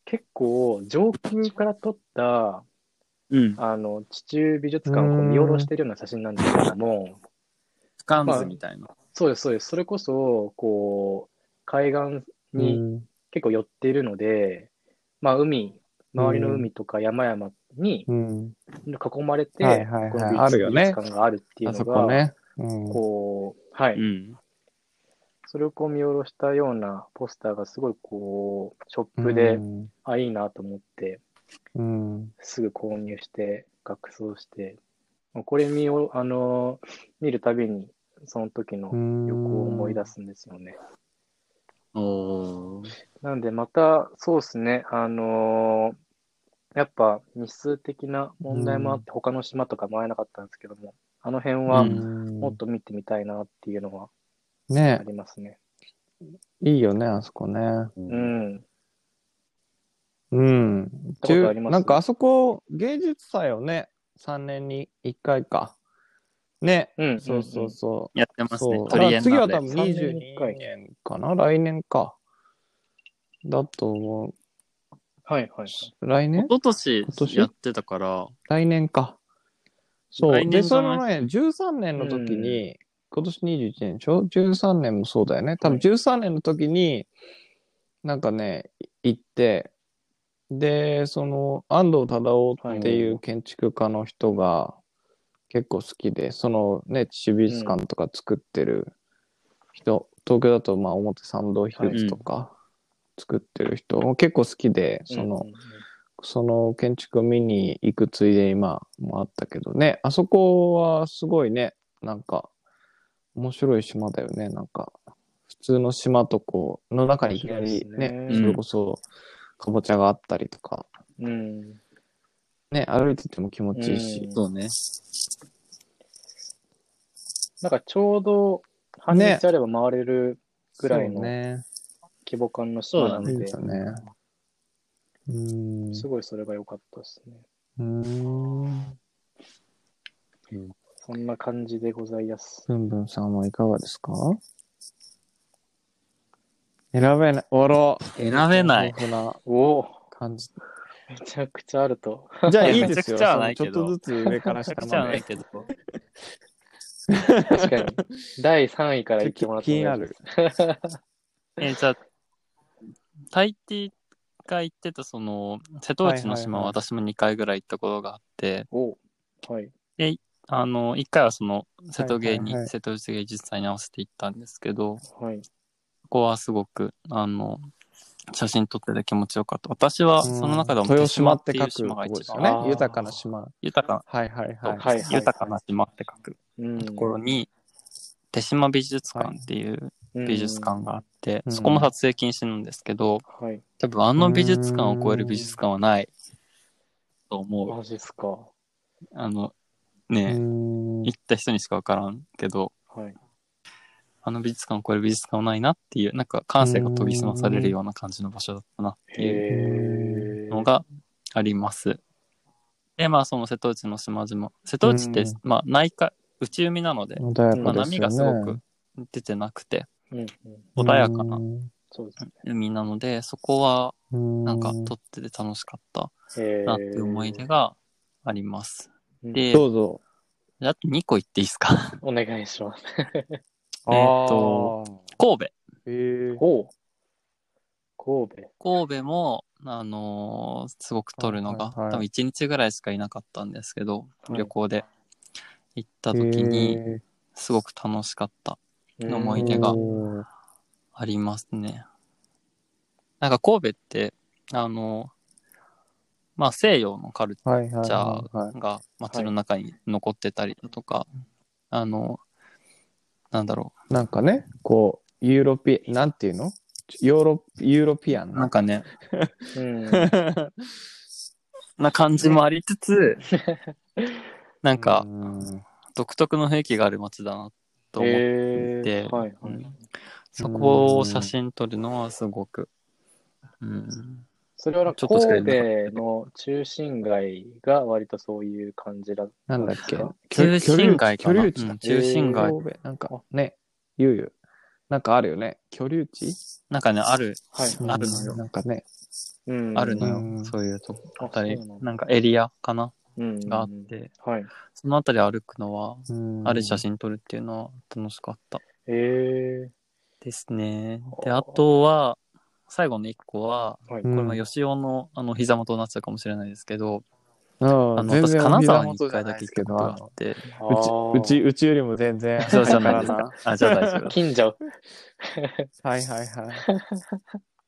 Speaker 2: 結構上空から撮った、
Speaker 3: うん。
Speaker 2: あの、地中美術館をこう見下ろしてるような写真なんですけども、
Speaker 3: スカンズみたいな。
Speaker 2: そうです、そうです。それこそ、こう、海岸に結構寄っているので、まあ、海、周りの海とか山々に
Speaker 1: うん。
Speaker 2: 囲まれて、
Speaker 1: はいはいはい
Speaker 2: この美
Speaker 1: あるよね
Speaker 2: 美術館があるっていう
Speaker 1: あ
Speaker 2: の
Speaker 1: そ
Speaker 2: が、
Speaker 1: こね。うん
Speaker 2: こう、はい、
Speaker 3: うん。
Speaker 2: それをこう見下ろしたようなポスターがすごいこう、ショップで、
Speaker 1: うん
Speaker 2: あ、いいなと思って、
Speaker 1: うん。
Speaker 2: すぐ購入して、額装して、もうこれ見を、あのー見るたびに、その時の
Speaker 1: うん
Speaker 2: 旅行を思い出すんですよね。
Speaker 3: おー
Speaker 2: なんでまた、そうですね、あのーやっぱ日数的な問題もあって、他の島とか回れなかったんですけども、あの辺は
Speaker 3: う
Speaker 2: もっと見てみたいなっていうのはあ
Speaker 1: ね
Speaker 2: りますね。
Speaker 1: いいよね、あそこね。
Speaker 2: うん。
Speaker 1: うん。
Speaker 2: たことあります
Speaker 1: なんかあそこ、芸術祭をね、3年に1回か。ね。
Speaker 2: うん。
Speaker 1: そうそうそ
Speaker 3: やって
Speaker 1: う。
Speaker 3: ますね
Speaker 1: そう。。
Speaker 3: トリエンナー
Speaker 1: だ
Speaker 3: レ
Speaker 1: から次は多分
Speaker 2: 三年に一
Speaker 1: 22
Speaker 2: 回
Speaker 1: 年かな来年か。だと思
Speaker 2: はいはいはい。
Speaker 1: う。来年
Speaker 3: 一昨年
Speaker 1: 今年
Speaker 3: やってたから、
Speaker 1: 来年か。そ
Speaker 3: 来
Speaker 1: う。
Speaker 3: 年
Speaker 1: で、
Speaker 3: じ
Speaker 1: そ
Speaker 3: ゃ
Speaker 1: の
Speaker 3: な
Speaker 1: ね、13年の時に、今年21年でしょ ?13 年もそうだよね。多
Speaker 2: はい
Speaker 1: 分13年の時に、なんかね、い行って、で、その、安藤忠夫っていう建築家の人が結構好きで、そのね、地美術館とか作ってる人、東京だと、まあ、表参道ヒルズとか作ってる人、結構好きで、その、
Speaker 2: うんうんうん
Speaker 1: その建築を見に行くついで今もあったけどね、あそこはすごいね、なんか面白い島だよね、なんか普通の島とこう、の中にいきなりね、
Speaker 2: 面白い
Speaker 1: そ
Speaker 3: ですね
Speaker 1: れこそかぼちゃがあったりとか、
Speaker 2: うん。
Speaker 1: ね、歩いてても気持ちいいし
Speaker 2: う、ん
Speaker 3: そうね。
Speaker 2: なんかちょうど半日あれば回れるぐらい
Speaker 1: そう
Speaker 2: の
Speaker 1: ね、
Speaker 2: 規模感の島なの
Speaker 1: い
Speaker 2: で、
Speaker 1: いですね。うーん。
Speaker 2: すごいそれが良かったですね。
Speaker 1: うーん。
Speaker 2: そんな感じでございます。
Speaker 1: ぶんぶんさんはいかがですか選べない、おろ。
Speaker 3: 選べない
Speaker 1: 豊富な
Speaker 2: おお、
Speaker 1: 感じ
Speaker 2: めちゃくちゃあると。
Speaker 1: *laughs* じゃあ
Speaker 3: い
Speaker 1: い
Speaker 3: や
Speaker 1: いですよ。
Speaker 3: めちゃくちゃは
Speaker 1: その
Speaker 3: ないけど
Speaker 1: ちょっとずつ上から下
Speaker 3: じゃ
Speaker 1: ま
Speaker 3: ない
Speaker 1: で。
Speaker 3: けど。
Speaker 2: 確かに。 *laughs* 第3位から言ってもらってもいいです
Speaker 3: えーじゃあ、タイティが行ってたその、瀬戸内の島は
Speaker 1: はいはい
Speaker 3: 私も2回ぐらい行ったことがあって、
Speaker 2: おお、はい。
Speaker 3: あの、1回はその、瀬戸芸に、
Speaker 1: はいはいはい
Speaker 3: 瀬戸内芸術祭に合わせて行ったんですけど、
Speaker 2: はい。
Speaker 3: ここはすごく、あの、写真撮ってて気持ちよかった。私は、
Speaker 1: うん
Speaker 3: その中でも、
Speaker 1: 豊島って
Speaker 3: 手
Speaker 1: 書
Speaker 3: 島
Speaker 1: くと
Speaker 3: っていう島が
Speaker 1: こ
Speaker 3: 一
Speaker 1: ですよ
Speaker 3: 番、
Speaker 2: あ
Speaker 1: ね。
Speaker 2: ー
Speaker 1: 豊かな島。
Speaker 3: 豊か
Speaker 1: はいはいはい。
Speaker 2: はいはい
Speaker 3: 豊かな島って書く
Speaker 2: うん、
Speaker 3: ところに、手島美術館っていう美術館があって、
Speaker 1: うん
Speaker 3: そこも撮影禁止なんですけど、
Speaker 2: うん。はい。
Speaker 3: 多分あの美術館を超える美術館はないと思う。
Speaker 2: マジっすか。は
Speaker 3: あの、
Speaker 1: う
Speaker 3: ね、
Speaker 1: ーん
Speaker 3: 行った人にしかわからんけど、
Speaker 2: い。
Speaker 3: あの美術館を超える美術館はないなっていう、なんか感性が研ぎ澄まされるような感じの場所だったなっていう
Speaker 2: へえ。
Speaker 3: のがあります。で、まあその瀬戸内の島々、瀬戸内って
Speaker 1: うん、
Speaker 3: まあ内海、内海なので、
Speaker 1: 穏やかですよね。
Speaker 3: まあ、波がすごく出てなくて、
Speaker 2: うん、うん。
Speaker 3: 穏やか
Speaker 1: う
Speaker 3: な
Speaker 1: ーん
Speaker 2: そうですね。
Speaker 3: 海なので、そこはなんか
Speaker 1: うー
Speaker 3: 撮ってて楽しかった
Speaker 2: へえ。
Speaker 3: なっていう思い出があります。
Speaker 2: うん
Speaker 3: で、
Speaker 1: どうぞ。
Speaker 3: あと2個言っていいですか *laughs*
Speaker 2: お願いします。
Speaker 1: え
Speaker 3: ーと。神戸。
Speaker 1: えー。
Speaker 2: おお。神戸。
Speaker 3: 神戸も、あのーすごく撮るのが、
Speaker 1: はいはいはい
Speaker 3: 多分1日ぐらいしかいなかったんですけど、
Speaker 2: はい
Speaker 3: 旅行で *laughs* 行った時にすごく楽しかった思い出が
Speaker 1: おー
Speaker 3: ありますね。なんか神戸って、あの、まあ西洋のカルチ
Speaker 1: はいはいはい
Speaker 3: じゃ
Speaker 1: はい。
Speaker 3: ャーが街の中に残ってたりだとか、あの、なんだろ
Speaker 1: なんかね、こう、ユーロピ、なんていうのヨーロ、ユーロピアン
Speaker 3: う、なん
Speaker 1: な。
Speaker 3: かね、
Speaker 2: うん。
Speaker 3: な感じもありつつ、なんか
Speaker 1: うん
Speaker 3: 独特の雰囲気がある街だなと思って、
Speaker 2: え
Speaker 3: て
Speaker 2: ー、はいは
Speaker 3: う
Speaker 2: い。
Speaker 3: んそこを写真撮るのはすごく、うん、
Speaker 2: それはなん
Speaker 3: ちょ
Speaker 2: か
Speaker 3: っとしか言
Speaker 2: 神
Speaker 3: えなかった
Speaker 2: 戸の中心街が割とそういう感じだった
Speaker 1: なんだっ
Speaker 2: です
Speaker 1: け
Speaker 2: か
Speaker 3: 中心街かな
Speaker 1: 居留地だ
Speaker 3: うん中心街
Speaker 1: 神戸なんかね、ゆうゆう。なんかあるよね。居留地
Speaker 3: なんかね、ある、
Speaker 2: はい。
Speaker 3: あるのよ
Speaker 1: なんかね。
Speaker 2: うん
Speaker 3: あるのよ、
Speaker 1: うん
Speaker 3: そういうとこ、あ
Speaker 2: あ
Speaker 3: たり
Speaker 2: そうなん、だ
Speaker 3: なんかエリアかな、
Speaker 2: うん
Speaker 3: があって、
Speaker 2: はい。
Speaker 3: そのあたり歩くのは、
Speaker 1: うん
Speaker 3: ある写。真撮るっていうのは楽しかった
Speaker 2: えー、
Speaker 3: ですね。で、
Speaker 2: はあ
Speaker 3: あとは、最後の一個は、
Speaker 2: はい。
Speaker 1: う
Speaker 3: こ
Speaker 1: ん
Speaker 3: れは吉尾の、あの、膝元になっちゃうかもしれないですけど、
Speaker 1: うん
Speaker 3: あの、
Speaker 1: 全
Speaker 3: 私、
Speaker 1: 然
Speaker 3: 金沢に
Speaker 1: 源
Speaker 3: 一
Speaker 1: じゃ
Speaker 3: 回
Speaker 1: な
Speaker 3: だ
Speaker 1: いで
Speaker 3: け
Speaker 1: す
Speaker 3: 行
Speaker 1: けど
Speaker 3: ったことがあって、
Speaker 1: うち、うち、うちよりも全然。
Speaker 3: そうじゃないです
Speaker 1: だ
Speaker 3: か
Speaker 1: ら。
Speaker 3: あ、じゃあ大丈夫。
Speaker 2: *laughs* 近所。
Speaker 1: はいはいはい。
Speaker 3: *laughs*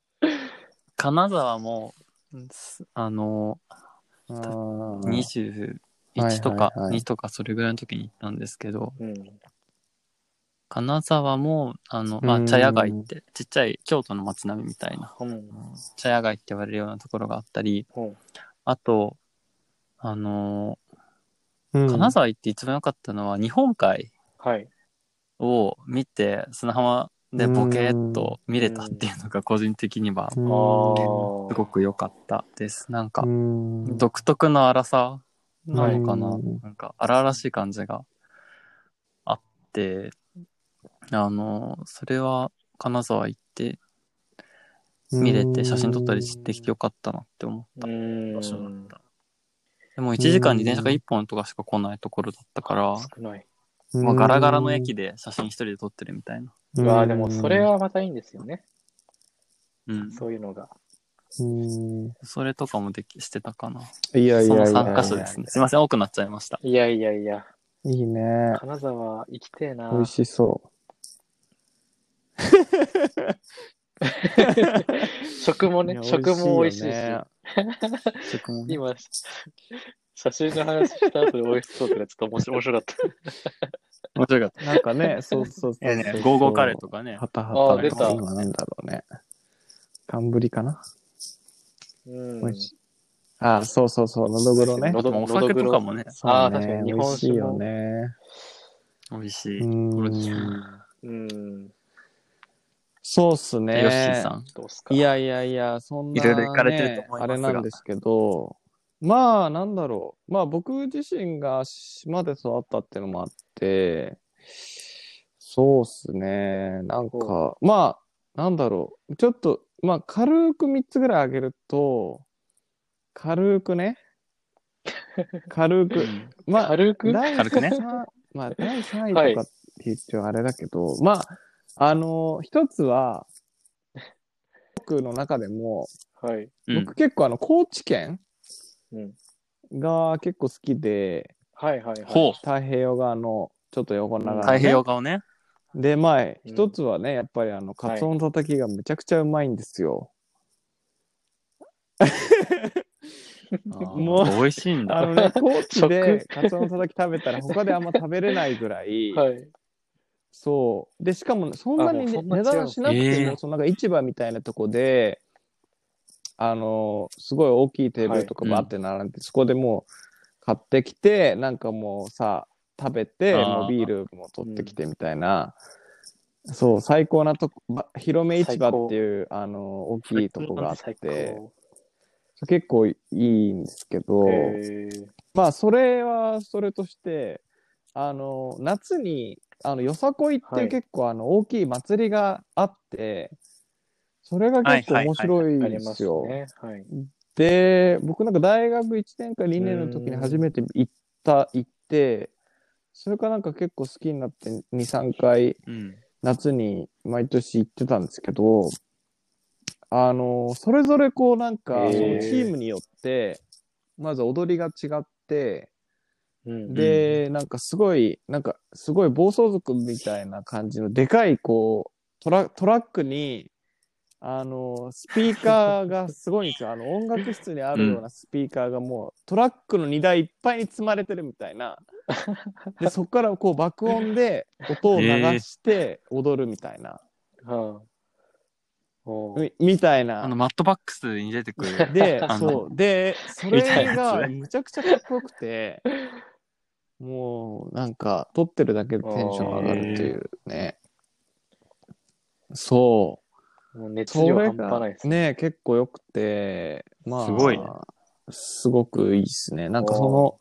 Speaker 3: 金沢も、すあの、
Speaker 1: うん
Speaker 3: 21
Speaker 1: はい
Speaker 3: とか
Speaker 1: はいはい
Speaker 3: 2とかそれぐらいの時に行ったんですけど、
Speaker 2: うん。
Speaker 3: 金沢も、あの、ま
Speaker 1: う
Speaker 3: あ、
Speaker 1: ん
Speaker 3: 茶屋街って、ちっちゃい京都の街並みみたいな、
Speaker 2: うん。
Speaker 3: 茶屋街って言われるようなところがあったり、
Speaker 2: ほ
Speaker 3: あと、あの
Speaker 1: うん
Speaker 3: ー金沢行って一番良かったのは、日本海
Speaker 2: うはい。
Speaker 3: を見て、砂浜でボケーっと見れたっていうのが、個人的には、す
Speaker 1: うん
Speaker 2: あー
Speaker 3: ごく良かったです。なんか
Speaker 1: う、ん
Speaker 3: 独特の荒さなのかな、
Speaker 1: うん
Speaker 3: なんか荒々しい感じがあってあのそれは金沢行って見れて写真撮ったりしてきてよかったなって思った
Speaker 2: うん。
Speaker 3: 場所だっ
Speaker 2: 少
Speaker 3: たでも1時間に電車が1本とかしか来ないところだったから、
Speaker 2: ない。
Speaker 3: まあ、ガラガラの駅で写真一人で撮ってるみたいな、
Speaker 1: う
Speaker 2: うんわーでもそれはまたいいんですよね。
Speaker 3: うん、
Speaker 2: そういうのが。
Speaker 1: うん
Speaker 3: それとかもできしてたかない
Speaker 1: やいやいや
Speaker 3: その3箇所ですねすいません多くなっちゃいました
Speaker 2: いやいやいや、
Speaker 1: いいね
Speaker 2: 金沢行きてえな。
Speaker 1: 美味しそう
Speaker 2: *laughs* 食も
Speaker 1: い
Speaker 2: ね
Speaker 1: や、
Speaker 2: 食も美味しいし。
Speaker 1: よね
Speaker 3: *laughs*
Speaker 1: *laughs*
Speaker 3: 食もね
Speaker 2: 今、写真の話した後で美味しそうとかちょっと面白面白かった。
Speaker 3: 面白かった
Speaker 1: なんか
Speaker 3: *laughs*
Speaker 1: ねそうそうそう
Speaker 3: え
Speaker 1: そう
Speaker 3: ねゴーゴーカレーと
Speaker 1: か
Speaker 3: かね
Speaker 1: ハタ
Speaker 2: あ
Speaker 1: ハ
Speaker 2: ー
Speaker 1: タ
Speaker 2: 出
Speaker 1: と
Speaker 2: た
Speaker 1: か今なんだろうね寒ぶりかな
Speaker 2: うん。
Speaker 1: 美味しいあーそうそうそうのどぐろね
Speaker 2: のど
Speaker 3: お酒とかもね
Speaker 1: そうね
Speaker 2: あー確かに日本酒も
Speaker 1: 美味
Speaker 3: 美味し
Speaker 1: し
Speaker 3: い
Speaker 1: いよねうん
Speaker 2: うん。
Speaker 1: そうっすね
Speaker 3: ヨッシーさん。
Speaker 2: どうっすか
Speaker 1: いやいやいや、そんな、
Speaker 3: いろいろ行かれてると思いますが
Speaker 1: ねあれなんですけど、まあ、なんだろう。まあ、僕自身が島で育ったっていうのもあって、そうっすね。なんか、まあ、なんだろう。ちょっと、まあ、軽く3つぐらいあげると、軽くね。軽
Speaker 3: *laughs*
Speaker 1: く。まあ、
Speaker 2: 軽く
Speaker 1: 第
Speaker 3: 軽くね
Speaker 1: 三 *laughs* まあ、第3
Speaker 2: はい
Speaker 1: 位とかって言っちゃあれだけど、まあ、あの一つは、僕の中でも、
Speaker 2: はい。
Speaker 3: うん
Speaker 1: 僕結構あの、高知県
Speaker 2: うん。
Speaker 1: が結構好きで、
Speaker 2: はいはいはい。
Speaker 3: ほう。
Speaker 1: 太平洋側のちょっと横長の、ね
Speaker 3: 太平洋側ね。
Speaker 1: で、前、
Speaker 2: うん
Speaker 1: 一つはね、やっぱりあの、カツオのたたきがめちゃくちゃうまいんですよ。もう
Speaker 3: あー美味しいん
Speaker 1: あ
Speaker 3: だ。
Speaker 1: のね、高知でカツオのたたき食べたら他であんま食べれないぐら
Speaker 3: *laughs*
Speaker 1: い、
Speaker 2: はい。
Speaker 1: そう。で、しかもね、そんなにね、
Speaker 2: あもうそんな違う
Speaker 1: 値段しなくて
Speaker 3: えー
Speaker 1: も、そのなんか市場みたいなとこで、あのーすごい大きいテーブルとか
Speaker 3: はい
Speaker 1: バーって並んで、そこでもう買ってきて、なんかもうさ、食べて、
Speaker 3: あー
Speaker 1: もうビールも取ってきてみたいな、そう、最高なとこ、ば広め市場っていう、あのー大きいとこがあっ
Speaker 2: 最
Speaker 1: て、
Speaker 2: 高。
Speaker 1: 結構いいんですけど、
Speaker 2: へー
Speaker 1: まあ、それはそれとして、あの、夏に、あの、よさこいって
Speaker 2: はいいう
Speaker 1: 結構、あの、大きい祭りがあって、それが結構
Speaker 3: はいはい
Speaker 1: 面白い
Speaker 2: あ
Speaker 1: ん
Speaker 2: り
Speaker 1: で
Speaker 2: ますす
Speaker 1: よ。
Speaker 2: ね。はい。
Speaker 1: で、僕なんか大学1年か2年の時に初めて行った、行って、それからなんか結構好きになって2、3回
Speaker 3: うん。
Speaker 1: 夏に毎年行ってたんですけど、あの、それぞれこうなんか、そ
Speaker 2: へ
Speaker 1: の
Speaker 2: ー
Speaker 1: チームによって、まず踊りが違って、
Speaker 2: うん。
Speaker 1: で、なんかすごい、なんかすごい暴走族みたいな感じのでかいこトラトラックに、あの、スピーカーがすごいんですよ。
Speaker 2: *laughs*
Speaker 1: あの、音楽室にあるようなスピーカーがもう、トラックの荷台いっぱいに積まれてるみたいな。で、そこからこう爆音で音を流して踊るみたいな、
Speaker 2: はあ。おう
Speaker 1: みみたいな。
Speaker 3: あの、マットバックスに出てくる。
Speaker 1: で
Speaker 3: *laughs* あ、の
Speaker 1: そう。で、それ
Speaker 3: みたいなやつ
Speaker 1: が
Speaker 3: ね
Speaker 1: むちゃくちゃかっこよくて、もうなんか、撮ってるだけでテンション上がるっていうね。そ
Speaker 2: もう
Speaker 1: う。
Speaker 2: 熱
Speaker 1: そ
Speaker 2: 量
Speaker 1: れ
Speaker 2: 半
Speaker 1: が
Speaker 2: 端ないですね。
Speaker 1: ね、結構よくて、まあ、
Speaker 3: すごいね
Speaker 1: すごくいいですね。なんかその、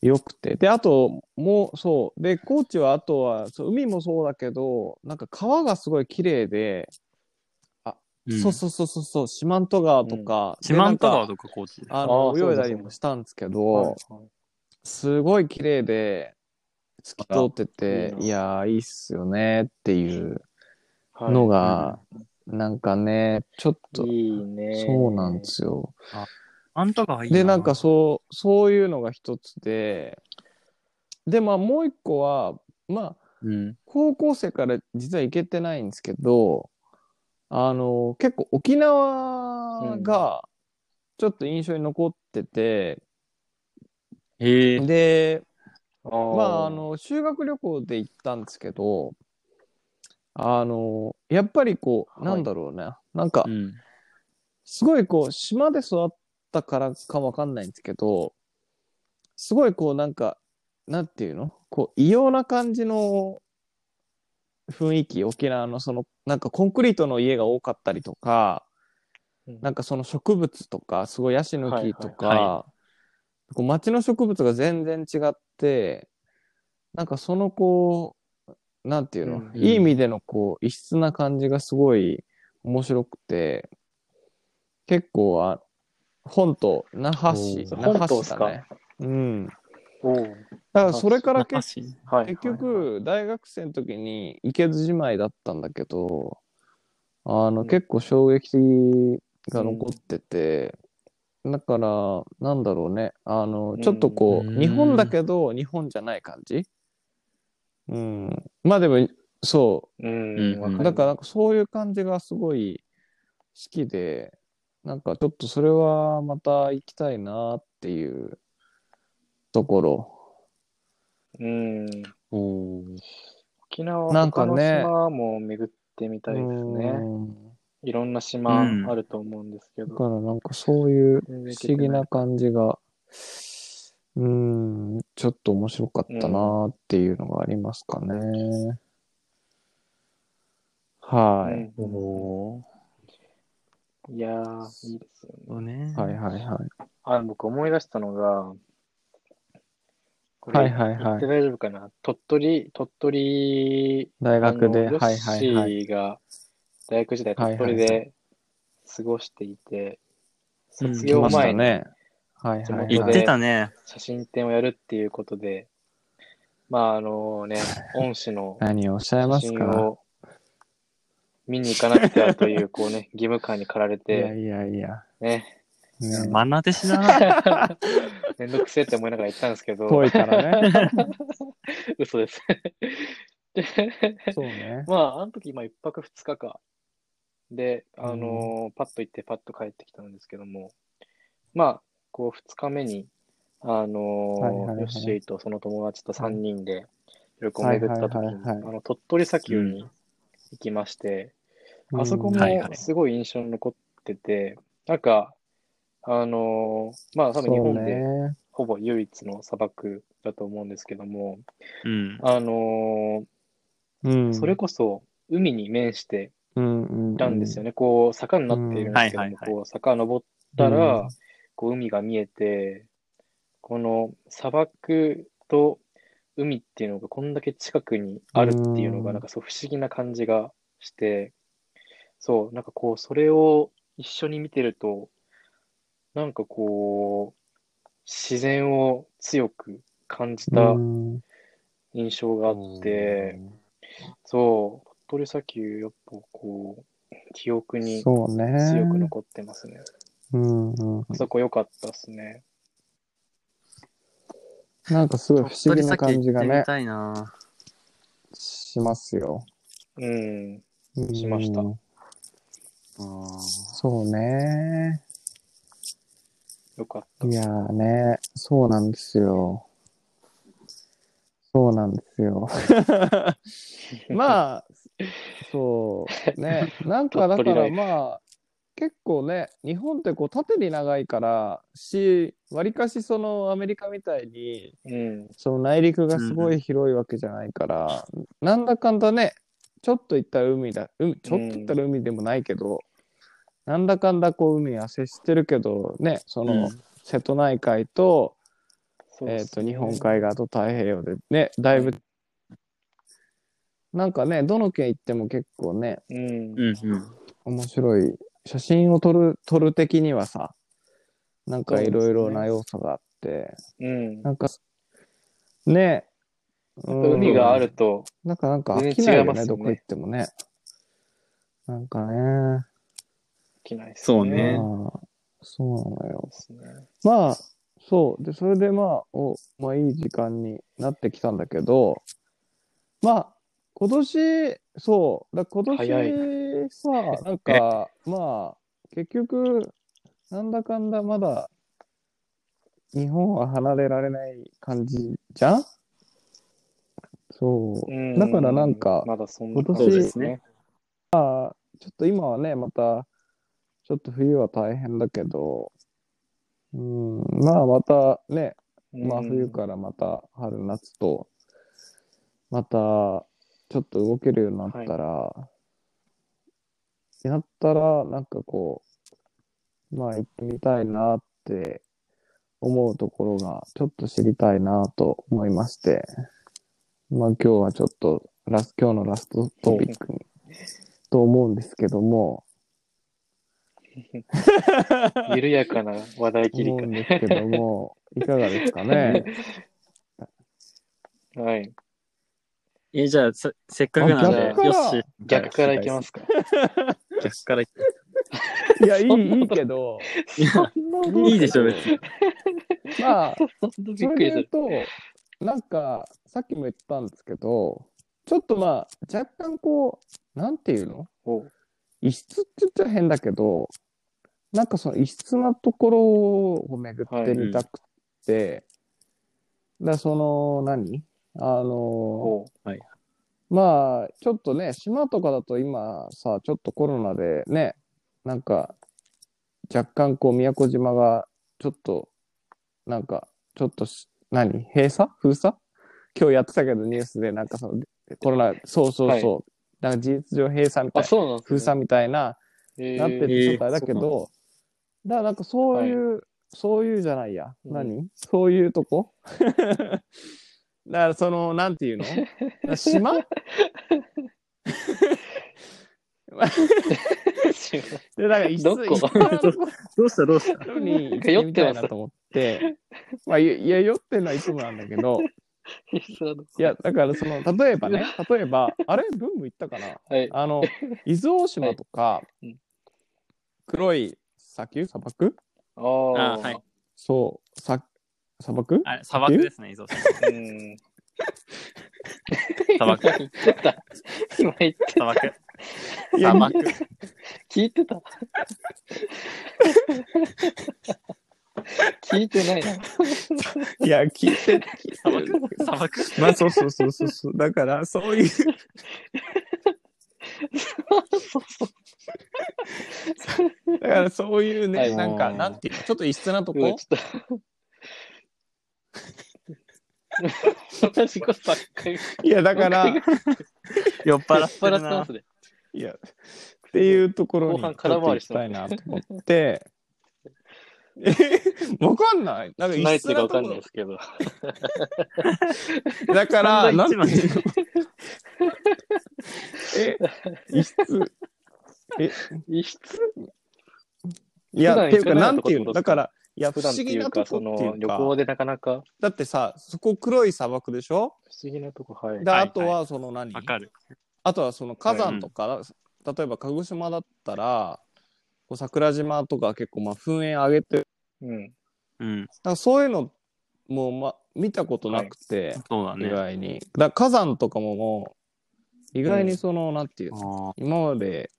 Speaker 1: よくて。で、あと、もう、そう。で、高知は、あとは、そう海もそうだけど、なんか川がすごい綺麗で、
Speaker 3: うん
Speaker 1: そうそうそうそうそう、四万十川とか、で
Speaker 3: 四
Speaker 1: な
Speaker 3: 万十
Speaker 1: んか
Speaker 3: 川とか高知で。
Speaker 1: あの
Speaker 2: あーそうだ
Speaker 1: 泳いだりもしたんですけど、
Speaker 2: はい
Speaker 1: すごい綺麗で、透き通ってて
Speaker 2: あ、らい
Speaker 1: い
Speaker 2: い
Speaker 1: やー、いいっすよねっていう
Speaker 2: はい
Speaker 1: のが、なんかね、ちょっと、
Speaker 2: いいね。
Speaker 1: そうなんで。すよ。
Speaker 3: あんたがいい
Speaker 1: で、なんかそう、そういうのが一つで、で、まあもう一個は、まあ、
Speaker 3: う。うん。
Speaker 1: 高校生から実は行けてないんですけど、あの、結構沖縄がちょっと印象に残ってて、
Speaker 3: へえ。
Speaker 1: で、
Speaker 2: あ
Speaker 1: ま
Speaker 2: ま
Speaker 1: あ、あ、の、修学旅行で行ったんですけど、あの、やっぱりこう、
Speaker 2: はい
Speaker 1: なんだろうね、なんか
Speaker 3: う、ん。
Speaker 1: すごいこう、島で育ったからかわかんないんですけど、すごいこう、なんか、なんていうのこう、異様な感じの雰囲気、沖縄のその、なんかコンクリートの家が多かったりとか、なんかその植物とか、すごいヤシの木とか、
Speaker 3: はいはい
Speaker 1: こう街の植物が全然違って、なんかそのこう、なんていうの、
Speaker 2: うん
Speaker 1: いい意味でのこう、異質な感じがすごい面白くて、結構あ、本島、那覇市、
Speaker 2: おー
Speaker 1: 那
Speaker 2: 本島
Speaker 1: 覇
Speaker 2: っ
Speaker 1: 市
Speaker 2: す
Speaker 1: だ
Speaker 2: か
Speaker 1: ね。うん。だ
Speaker 2: おう
Speaker 1: からそれから
Speaker 3: 那覇
Speaker 1: 結
Speaker 3: 市
Speaker 2: はい。
Speaker 1: 結
Speaker 2: はい、
Speaker 1: 局、大学生の時に池津じまいだったんだけど、あの、
Speaker 2: うん
Speaker 1: 結構衝撃が残ってて、だから、なんだろうね、あの、ちょっとこう、
Speaker 3: うん
Speaker 1: 日本だけど、日本じゃない感じうん。まあでも、そう
Speaker 3: うん
Speaker 2: ん、わ
Speaker 1: う。
Speaker 2: か
Speaker 1: だ
Speaker 2: る
Speaker 1: から、そういう感じがすごい好きで、なんかちょっとそれはまた行きたいなっていうところ。
Speaker 2: うん。
Speaker 3: おお。
Speaker 2: 沖縄
Speaker 1: な
Speaker 2: なんん
Speaker 1: か
Speaker 2: か
Speaker 1: ね
Speaker 2: 島も巡ってみたいですね。
Speaker 1: うん
Speaker 2: いろんな島
Speaker 3: うん
Speaker 2: あると思うんですけ
Speaker 1: だ
Speaker 2: ど。
Speaker 1: からなんかそういう不
Speaker 2: 全然いけて
Speaker 1: 思
Speaker 2: ない
Speaker 1: 議な感じが、うーん、ちょっと面白かったなーっていうのがありますかね。はい、
Speaker 2: うん
Speaker 3: お
Speaker 2: いやー、いいですよね。
Speaker 3: お。ね。
Speaker 1: はいはいはい。
Speaker 2: あの僕思い出したのが、こ
Speaker 1: はいはいはい
Speaker 2: 言って大丈夫かな鳥取、鳥取、
Speaker 1: 大学で、
Speaker 2: あの
Speaker 1: はいはいはい。
Speaker 2: ヨッシーが大学時代
Speaker 1: はいは
Speaker 2: 鳥
Speaker 1: い
Speaker 2: 取で過ごしていて、
Speaker 3: うん
Speaker 2: 卒
Speaker 1: 来
Speaker 2: 業
Speaker 1: ました
Speaker 2: 前に
Speaker 1: ね。はいはい
Speaker 2: 地
Speaker 1: は
Speaker 3: 行
Speaker 2: 元
Speaker 3: っ
Speaker 1: い。
Speaker 3: てたね。
Speaker 2: 写真展をやるっていうことで、まああのね、恩師の
Speaker 1: 何をおっしゃい
Speaker 2: 写
Speaker 1: ます
Speaker 2: 真
Speaker 1: か
Speaker 2: を見に行かなくてはという、こうね、義務感に駆られ
Speaker 1: いや
Speaker 2: て、
Speaker 1: いやいや。
Speaker 2: ね、
Speaker 1: ね、
Speaker 3: マナ弟子だな。
Speaker 2: めんどくせえって思いながら行ったんですけど、
Speaker 1: 遠いからね。
Speaker 2: *laughs* 嘘です。で
Speaker 1: そう *laughs* ね。
Speaker 2: まあ、あの時、今、一泊二日か。で、あのーパッと行って、パッと帰ってきたんですけども、まあ、こう、二日目に、あのー
Speaker 1: はいはいはい
Speaker 2: ヨッシーとその友達と三人で、旅行を
Speaker 1: はい
Speaker 2: 巡った時に、
Speaker 1: はいはいはい
Speaker 2: あの、鳥取砂丘
Speaker 3: う
Speaker 2: に行きまして、
Speaker 1: うん
Speaker 2: あそこ
Speaker 3: はいは
Speaker 2: も
Speaker 3: い
Speaker 2: すごい印象に残ってて、なんか、あのーまあ、多分日
Speaker 1: そう
Speaker 2: 本で
Speaker 1: ね。
Speaker 2: ほぼ唯一の砂漠だと思うんですけども、
Speaker 3: うん。
Speaker 2: あの
Speaker 1: うん。
Speaker 2: ーそれこそ、海に面して、
Speaker 1: うんうんうん。
Speaker 2: ったんですよね。こう、坂になっているんですけども、
Speaker 3: うんはいはいはい
Speaker 2: こう、坂登ったら、
Speaker 1: うん
Speaker 2: こう、海が見えて、この砂漠と海っていうのがこんだけ近くにあるっていうの
Speaker 1: う
Speaker 2: が、
Speaker 1: ん
Speaker 2: なんかそう不思議な感じがして、そう、なんかこう、それを一緒に見てると、なんかこう、自然を強く感じた
Speaker 1: うん。
Speaker 2: 印象があって、そう、鳥取砂丘、やっぱこう、記憶に
Speaker 1: そうね。
Speaker 2: 強く残ってますね。
Speaker 1: うんうんうん
Speaker 2: あ。そこ良かったっすね。
Speaker 1: なんかすごい不思議な感じが
Speaker 3: 鳥取砂丘行ってみ
Speaker 1: ね、
Speaker 3: たいな。
Speaker 1: しますよ。
Speaker 2: うん。
Speaker 1: うん
Speaker 2: しました
Speaker 1: そうね。
Speaker 2: よかっ
Speaker 1: いやーね、そうなんですよ。そうなんで
Speaker 2: *laughs*
Speaker 1: すよ。
Speaker 2: た。あ、
Speaker 1: まあ、そうね、なんかだか
Speaker 2: 鳥取ラ
Speaker 1: ら
Speaker 2: イフ
Speaker 1: まあ、結構ね、日本ってこう縦に長いからし、わりかしそのアメリカみたいに、
Speaker 2: うん。
Speaker 1: その内陸がすごい広いわけじゃないから、なんだかんだね、ちょっと行ったら海だ、海ちょっと行ったら海でもないけど、なんだかんだこう海は接してるけど、ね、その、瀬戸内海と,、
Speaker 2: そう
Speaker 1: え
Speaker 2: っ
Speaker 1: ー、
Speaker 2: す
Speaker 1: と
Speaker 2: ね
Speaker 1: 日本海側と太平洋でねだいぶ、なんかねどの県行っても結構ね
Speaker 2: うん。
Speaker 3: うんうん。
Speaker 1: 面白い写真を撮る撮る的にはさなんかいろいろな要素があって、
Speaker 2: うん。
Speaker 1: なんかねうん
Speaker 2: 海があると、
Speaker 1: なんかなんか飽
Speaker 2: 全
Speaker 1: き
Speaker 2: 然
Speaker 1: ない
Speaker 2: 違
Speaker 1: よ
Speaker 2: い
Speaker 1: ね
Speaker 2: ますよね
Speaker 1: どこ行ってもねなんかね
Speaker 2: 起きないです
Speaker 3: そうね
Speaker 1: まあそうなのよ
Speaker 2: そうですね
Speaker 1: まあ、そう。で、それでまあ、お、まあいい時間になってきたんだけど、まあ、今年、そう、だ今
Speaker 2: 早い
Speaker 1: 年さ、なんか、まあ、結局、なんだかんだまだ、日本は離れられない感じじゃんそうう。だからなんか、
Speaker 2: まだそんな
Speaker 1: 今年
Speaker 2: そうですね。
Speaker 1: ちょっと今はね、また、ちょっと冬は大変だけど、うん、まあまたね、まあ
Speaker 2: うん
Speaker 1: 冬からまた春夏と、またちょっと動けるようになったら、やったらなんかこう、まあ行ってみたいなって思うところがちょっと知りたいなと思いまして、まあ今日はちょっとラス、今日のラストトピックに、と思うんですけども、
Speaker 2: 緩やかな話題切り
Speaker 1: 思うんですけども、いかがですかね。
Speaker 2: 替え。はい。
Speaker 3: え、じゃあ、せせっかくなんで、
Speaker 2: あ逆
Speaker 1: から
Speaker 3: よし。
Speaker 2: 逆からいきますか。
Speaker 3: 逆からいき
Speaker 1: *laughs* いや、いい、いいけど、
Speaker 3: いやいいでしょ、別に。
Speaker 1: ま
Speaker 2: *laughs*
Speaker 1: あ、
Speaker 2: そんなび
Speaker 1: そ
Speaker 2: っく
Speaker 1: れ
Speaker 2: り
Speaker 1: です言う
Speaker 2: る。
Speaker 1: と、なんか、さっきも言ったんですけど、ちょっとまあ、若干こう、なんていうの
Speaker 2: お
Speaker 1: 異質って言っちゃ変だけど、なんかその異質なところを巡ってみたくて、だからその、何あの、
Speaker 2: お
Speaker 1: まあ、ちょっとね、島とかだと今さ、ちょっとコロナでね、なんか、若干こう、宮古島が、ちょっと、なんか、ちょっとし、何閉鎖封鎖今日やってたけど、ニュースで、なんかその、コロナ、そうそうそう、なんか事実上閉鎖み
Speaker 2: あ、
Speaker 1: たいな、
Speaker 2: そうなんです
Speaker 1: 封鎖みたいな、
Speaker 2: ね
Speaker 1: なって
Speaker 2: えー
Speaker 1: る状態だけど、だからなんかそういう、そういうじゃないや、
Speaker 2: うん
Speaker 1: 何そういうとこ *laughs* だからそのなんていうの島で *laughs* だから一
Speaker 2: どこ
Speaker 1: 一番
Speaker 2: *laughs*
Speaker 1: のとこ
Speaker 3: どうした、どうした。
Speaker 1: ろに行ってみたいなと思ってまあいいや酔ってんのはいつもなんだけどいやだからその例え
Speaker 2: *laughs*
Speaker 1: ばね例えばあれ文武行ったかな
Speaker 2: はい。*laughs*
Speaker 1: あの伊豆大島とか、
Speaker 2: うん
Speaker 1: 黒い砂丘砂漠
Speaker 2: あ
Speaker 3: あ
Speaker 2: あ、
Speaker 3: はい。
Speaker 1: そうさ砂漠
Speaker 3: あれ、砂漠ですね、伊豆さん
Speaker 2: うん。
Speaker 3: 砂漠
Speaker 2: 今言ってた。今言って
Speaker 3: 砂漠。
Speaker 1: *laughs* いや
Speaker 3: 砂漠。
Speaker 2: 聞いてた。聞いてないな。
Speaker 1: いや、聞いて、
Speaker 3: 砂漠。砂漠。
Speaker 1: *laughs* まあ、そうそうそうそうそう。だから、そういう、
Speaker 2: そうそう。
Speaker 1: だからそういうね、
Speaker 2: はい
Speaker 1: なんか、なんていうの、ちょっと異質なと
Speaker 2: うわ
Speaker 1: こ。
Speaker 2: ちょっと。同じことばっかり。
Speaker 1: いや、だから、い
Speaker 3: 酔っ払って
Speaker 2: 笑ってま
Speaker 3: るな
Speaker 2: す。ね。
Speaker 1: や、っていうところに、
Speaker 2: 後半空回りし
Speaker 1: してた
Speaker 2: ま
Speaker 1: いなと思って、え、わかんない。なんか
Speaker 2: 何言
Speaker 1: 異
Speaker 2: っ
Speaker 1: 質
Speaker 2: てるか
Speaker 1: な
Speaker 2: わ
Speaker 1: とこ
Speaker 2: かんないですけど。
Speaker 1: ろ。だから、
Speaker 3: サンドイ
Speaker 1: な
Speaker 3: ッ
Speaker 1: ん
Speaker 3: チ
Speaker 1: て
Speaker 3: マン
Speaker 1: いうのえ、異質。
Speaker 2: 異質
Speaker 1: い
Speaker 2: 普
Speaker 1: や、
Speaker 2: 段
Speaker 1: ってい
Speaker 2: 行
Speaker 1: うか、
Speaker 2: かない
Speaker 1: なんていう
Speaker 2: とこってことです
Speaker 1: の、だ
Speaker 2: か
Speaker 1: から、いや、不
Speaker 2: 普段
Speaker 1: 思
Speaker 2: って
Speaker 1: 議
Speaker 2: いう
Speaker 1: なと
Speaker 2: か、
Speaker 1: こ
Speaker 2: そ
Speaker 1: っていう
Speaker 2: の
Speaker 1: か、
Speaker 2: 旅行でなかなか
Speaker 1: だってさ、そこ黒い砂漠でしょ
Speaker 2: 不思議なとこ、はい
Speaker 1: で、。
Speaker 3: はい
Speaker 1: あとは、その何
Speaker 3: わかる。
Speaker 1: あとはその火山とか、例えば鹿児島だったらこう桜島とか結構まあ噴煙上げてる
Speaker 2: うん。
Speaker 3: うん。
Speaker 1: だからそういうのもま見たことなくて、
Speaker 3: そうだ
Speaker 1: 意
Speaker 3: ね。
Speaker 1: 外にだから火山とかもも意外にその、なんていうの
Speaker 3: あ
Speaker 1: 今まで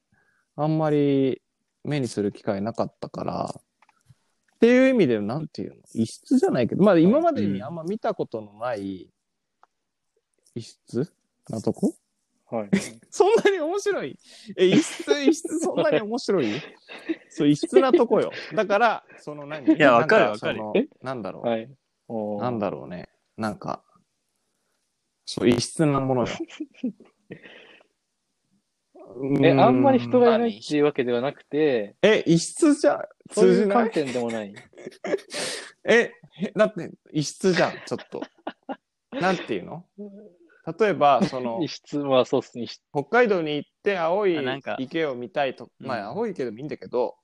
Speaker 1: あんまり目にする機会なかったからっていう意味でなんていうの異質じゃないけどまあ今までにあんま見たことのない異質なとこ
Speaker 2: はい。
Speaker 1: *laughs* そんなに面白いえ異質異質そんなに面白いそう異質なとこよだからその何
Speaker 3: いやわかる
Speaker 1: なんその
Speaker 3: わ
Speaker 2: かる
Speaker 1: なんだろう、
Speaker 2: はい。おー
Speaker 1: なんだろうねなんかそう異質なものよ
Speaker 2: *laughs* え、あんまり人がいな
Speaker 1: う
Speaker 2: い
Speaker 1: ん
Speaker 2: っていうわけではなくて、
Speaker 1: え、異質じゃん
Speaker 2: そう
Speaker 1: 通
Speaker 2: い
Speaker 1: じ
Speaker 2: う
Speaker 1: な
Speaker 2: 観
Speaker 1: い
Speaker 2: 点でもない。
Speaker 1: え、へだって異質じゃん、ちょっ
Speaker 2: *laughs*
Speaker 1: と。なんていうの例えば、その
Speaker 2: *laughs* 異、質はそうっすね。異質
Speaker 1: 北海道に行って青い
Speaker 3: あなんか
Speaker 1: 池を見たいと、
Speaker 3: うん
Speaker 1: まあ、青い池でもいいんだけど、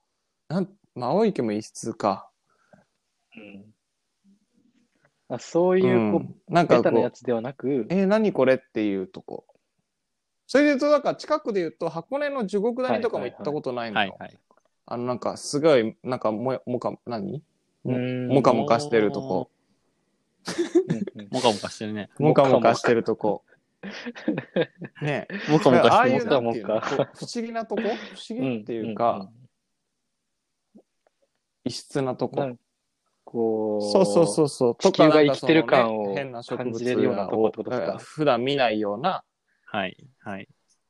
Speaker 1: なんまあ、青い池も異質か。
Speaker 2: あそういうう、こう、
Speaker 1: んなん
Speaker 2: ベ
Speaker 1: か
Speaker 2: タ
Speaker 1: こ
Speaker 2: なや
Speaker 1: う、
Speaker 2: つではなく、
Speaker 1: え、何これっていうとこ。それで言うと、だから近くで言うと、箱根の地獄谷とかも行ったことない
Speaker 3: ー
Speaker 1: の
Speaker 3: はい
Speaker 1: よ。
Speaker 3: はい。
Speaker 1: あの、なんか、すごい、なんかもや、もか、何
Speaker 2: うーん
Speaker 1: もかもかしてるとこ。
Speaker 2: うんうん
Speaker 3: もかもかしてるね。
Speaker 1: もかもかしてる
Speaker 2: *laughs*
Speaker 1: とこ。ねえ。
Speaker 3: もかもか
Speaker 1: ああ
Speaker 3: して
Speaker 1: い
Speaker 3: る
Speaker 1: う
Speaker 3: ね。
Speaker 1: なんていう
Speaker 2: も
Speaker 1: の
Speaker 2: か
Speaker 1: こ
Speaker 2: も
Speaker 1: う不思議なとこ不思議っていうか、、異質なと
Speaker 2: うんうんうんなん。
Speaker 1: こ
Speaker 2: かこう、。
Speaker 1: そうそうそううそう。
Speaker 2: 地球が生きてる
Speaker 1: とかなんか
Speaker 2: 感を
Speaker 1: その変な植物
Speaker 2: 感じれるようなとこってことですか
Speaker 1: を普段見ないような、
Speaker 3: はいはい。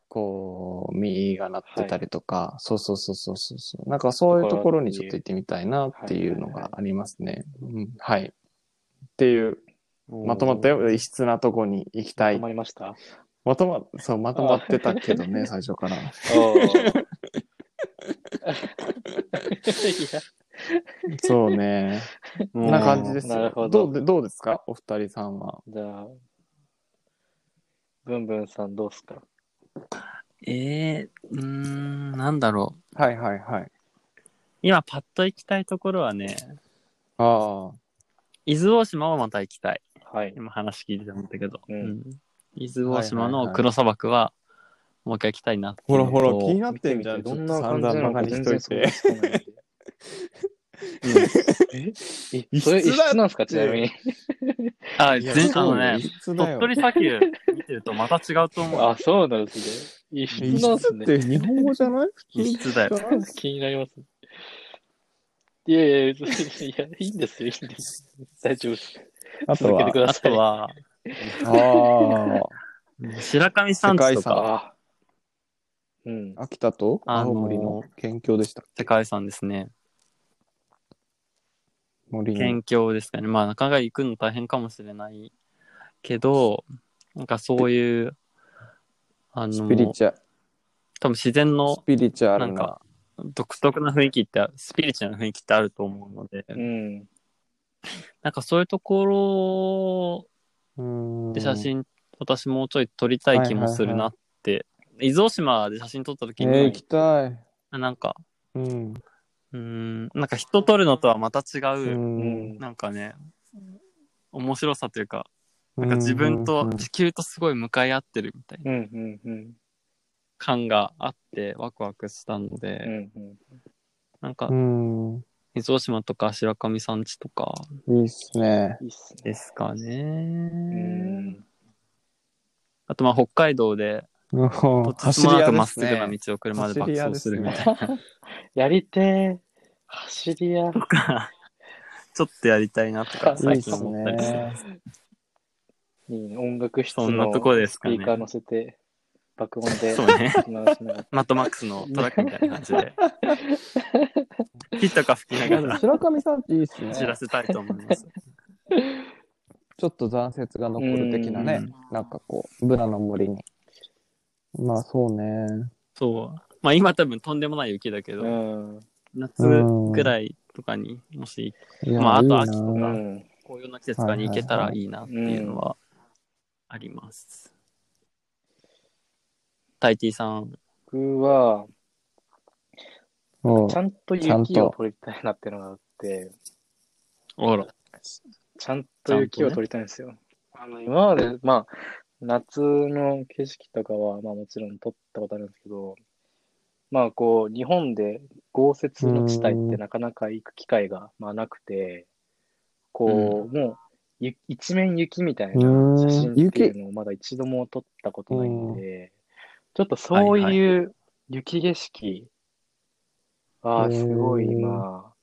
Speaker 1: こう、実がなってたりとか、そうそうそうそうそうそう。なんかそういうところにちょっと行ってみたいなっていうのがありますね。うん。はい。っていう、まとまったよ。異質なとこに行きた
Speaker 2: 止
Speaker 1: い
Speaker 2: ま。りま
Speaker 1: *laughs*
Speaker 2: した
Speaker 1: まとま、そう、まとまってたけどね、最初から。
Speaker 2: おー *laughs* いや
Speaker 1: そう
Speaker 2: *laughs*
Speaker 1: ね。
Speaker 3: こ。
Speaker 1: な感じですすよ。
Speaker 2: なるほど
Speaker 1: うでどうですかお二人さんは。
Speaker 2: じゃあ、ブンブンさんどうっすか
Speaker 3: えー、うーん、なんだろう。
Speaker 1: はいはいはい。
Speaker 3: 今、パッと行きたいところはね、
Speaker 1: ああ。
Speaker 3: 伊豆大島をまた行きたい。
Speaker 2: はい。
Speaker 3: 今話聞いてて思ったけど。
Speaker 2: うん
Speaker 3: 伊豆大島の黒砂漠は、もう一回行きたいなってい
Speaker 1: ほ
Speaker 3: う
Speaker 1: ら
Speaker 3: のと。
Speaker 1: ほら、気になってんじゃん。
Speaker 2: 見て
Speaker 1: ちょ
Speaker 2: み
Speaker 1: って
Speaker 2: どん
Speaker 1: と
Speaker 2: な
Speaker 1: 散
Speaker 2: 感じ
Speaker 1: 々
Speaker 2: なの
Speaker 1: バカ
Speaker 2: か全
Speaker 1: にしとい
Speaker 2: 然想像
Speaker 1: て。
Speaker 2: つかないんで。ええ
Speaker 1: 異
Speaker 2: それ
Speaker 1: 質
Speaker 2: 異
Speaker 1: だ
Speaker 2: 質なんですかちなみに。
Speaker 3: あ、
Speaker 1: いや
Speaker 3: 全あ
Speaker 1: そう
Speaker 3: の
Speaker 1: よ
Speaker 3: ね
Speaker 1: 異、質だ
Speaker 3: 鳥
Speaker 1: よ。
Speaker 3: 取砂丘見てるとまた違うと思う。
Speaker 2: あ、そうなんですね。異質
Speaker 1: 異
Speaker 2: なんで
Speaker 1: 質
Speaker 2: すね
Speaker 1: っ。て日本語じゃない
Speaker 3: 異質だよ。
Speaker 2: 気になります。いやいや、別にいや、いいんですよ、いいんです。大丈夫です。
Speaker 1: あと
Speaker 2: 続け
Speaker 1: は
Speaker 2: てく。だ
Speaker 3: あ
Speaker 2: さい。
Speaker 3: とは、
Speaker 1: あ
Speaker 3: 白神山地と
Speaker 1: 世界遺産
Speaker 3: か
Speaker 2: ああ。うん。
Speaker 1: あ。秋田と
Speaker 3: あのー
Speaker 1: 青森の県境でした。
Speaker 3: 世界遺産ですね。
Speaker 1: 森の。
Speaker 3: 県境ですかね。まあ、なかなか行くの大変かもしれないけど、なんかそういう、あ
Speaker 1: スピリ
Speaker 3: の、
Speaker 1: チュア、
Speaker 3: 多分自然
Speaker 1: ス
Speaker 3: の
Speaker 1: ピリチュアル
Speaker 3: なん
Speaker 1: な
Speaker 3: か。独特な雰囲気って、スピリチュアルな雰囲気ってあると思うので、
Speaker 2: うん。
Speaker 3: なんかそういうとこ
Speaker 1: う
Speaker 3: ろ
Speaker 1: ーん
Speaker 3: で写真、私もうちょい撮りたい気もするなって、伊豆大島で写真撮った時
Speaker 1: え
Speaker 3: に、
Speaker 1: ー、行きたい。
Speaker 3: なんか、
Speaker 1: うん。
Speaker 3: うーん、なんか人撮るのとはまた違
Speaker 1: う。
Speaker 3: う、
Speaker 2: うんん。
Speaker 3: なんかね、面白さというか、
Speaker 1: な
Speaker 3: なんか自分と地球とすごい向かい合ってるみたいな
Speaker 2: うん。うん。うん。
Speaker 3: 感があって、ワクワクしたので、
Speaker 2: うん。うん
Speaker 3: なんか
Speaker 1: う、ん。
Speaker 3: 伊豆大島とか白神山地とか
Speaker 1: いいっすね。
Speaker 2: いいっすね。
Speaker 3: ですか
Speaker 2: う
Speaker 3: ね。
Speaker 2: ん。
Speaker 3: あと、まあ、北海道で、
Speaker 1: も
Speaker 3: と
Speaker 1: う
Speaker 3: てつもなくまっすぐな道を車で爆走するみたいな、
Speaker 2: やりてー。走り屋。
Speaker 3: とか、ちょっとやりたいなと
Speaker 1: *laughs*
Speaker 3: か、
Speaker 1: いい
Speaker 3: 最
Speaker 1: っ
Speaker 3: 近
Speaker 1: す
Speaker 3: 思ったりする。
Speaker 1: ね。
Speaker 2: いいね。音楽室
Speaker 3: そんな
Speaker 2: の
Speaker 3: とこです
Speaker 2: ス
Speaker 3: か
Speaker 2: ピーカー
Speaker 3: ね。
Speaker 2: 乗せて、爆音で
Speaker 3: そうね。
Speaker 2: 流しながら。
Speaker 3: マットマックスのトラックみたいな感じで、火とか吹きながら
Speaker 1: 白神さんっていいっすね。
Speaker 3: 知らせたいと思
Speaker 2: *laughs*
Speaker 3: います。
Speaker 1: ちょっと残雪が残る的なね
Speaker 3: うん。
Speaker 1: なんかこう、ブナの森に。まあそうね。
Speaker 3: そう。まあ、今多分とんでもない雪だけ
Speaker 2: う
Speaker 3: ど、
Speaker 2: ん。
Speaker 3: 夏ぐらいとかにもし
Speaker 1: いや
Speaker 3: まああと秋
Speaker 1: いい
Speaker 3: と
Speaker 2: う。
Speaker 1: なん
Speaker 3: 紅葉の季節とかに行けたらいいなっていうのはあります。タイティさん。
Speaker 2: 僕は、
Speaker 1: うん
Speaker 2: ちゃんと
Speaker 1: ちゃん
Speaker 2: 雪を
Speaker 1: と
Speaker 2: 取りたいなっていうのがあって、
Speaker 3: あら。
Speaker 2: ちゃんと雪を取りたいんですよ。あの今まで、まあ、夏の景色とかは、まあもちろん撮ったことあるんですけど、まあこう、日本で豪雪の地帯ってなかなか行く機会が、まあ、なくて、こう、もうゆ、一面雪みたいな写真っていうのをまだ一度も撮ったことないんで、ちょっとそういう雪景色、ああ、すごい今、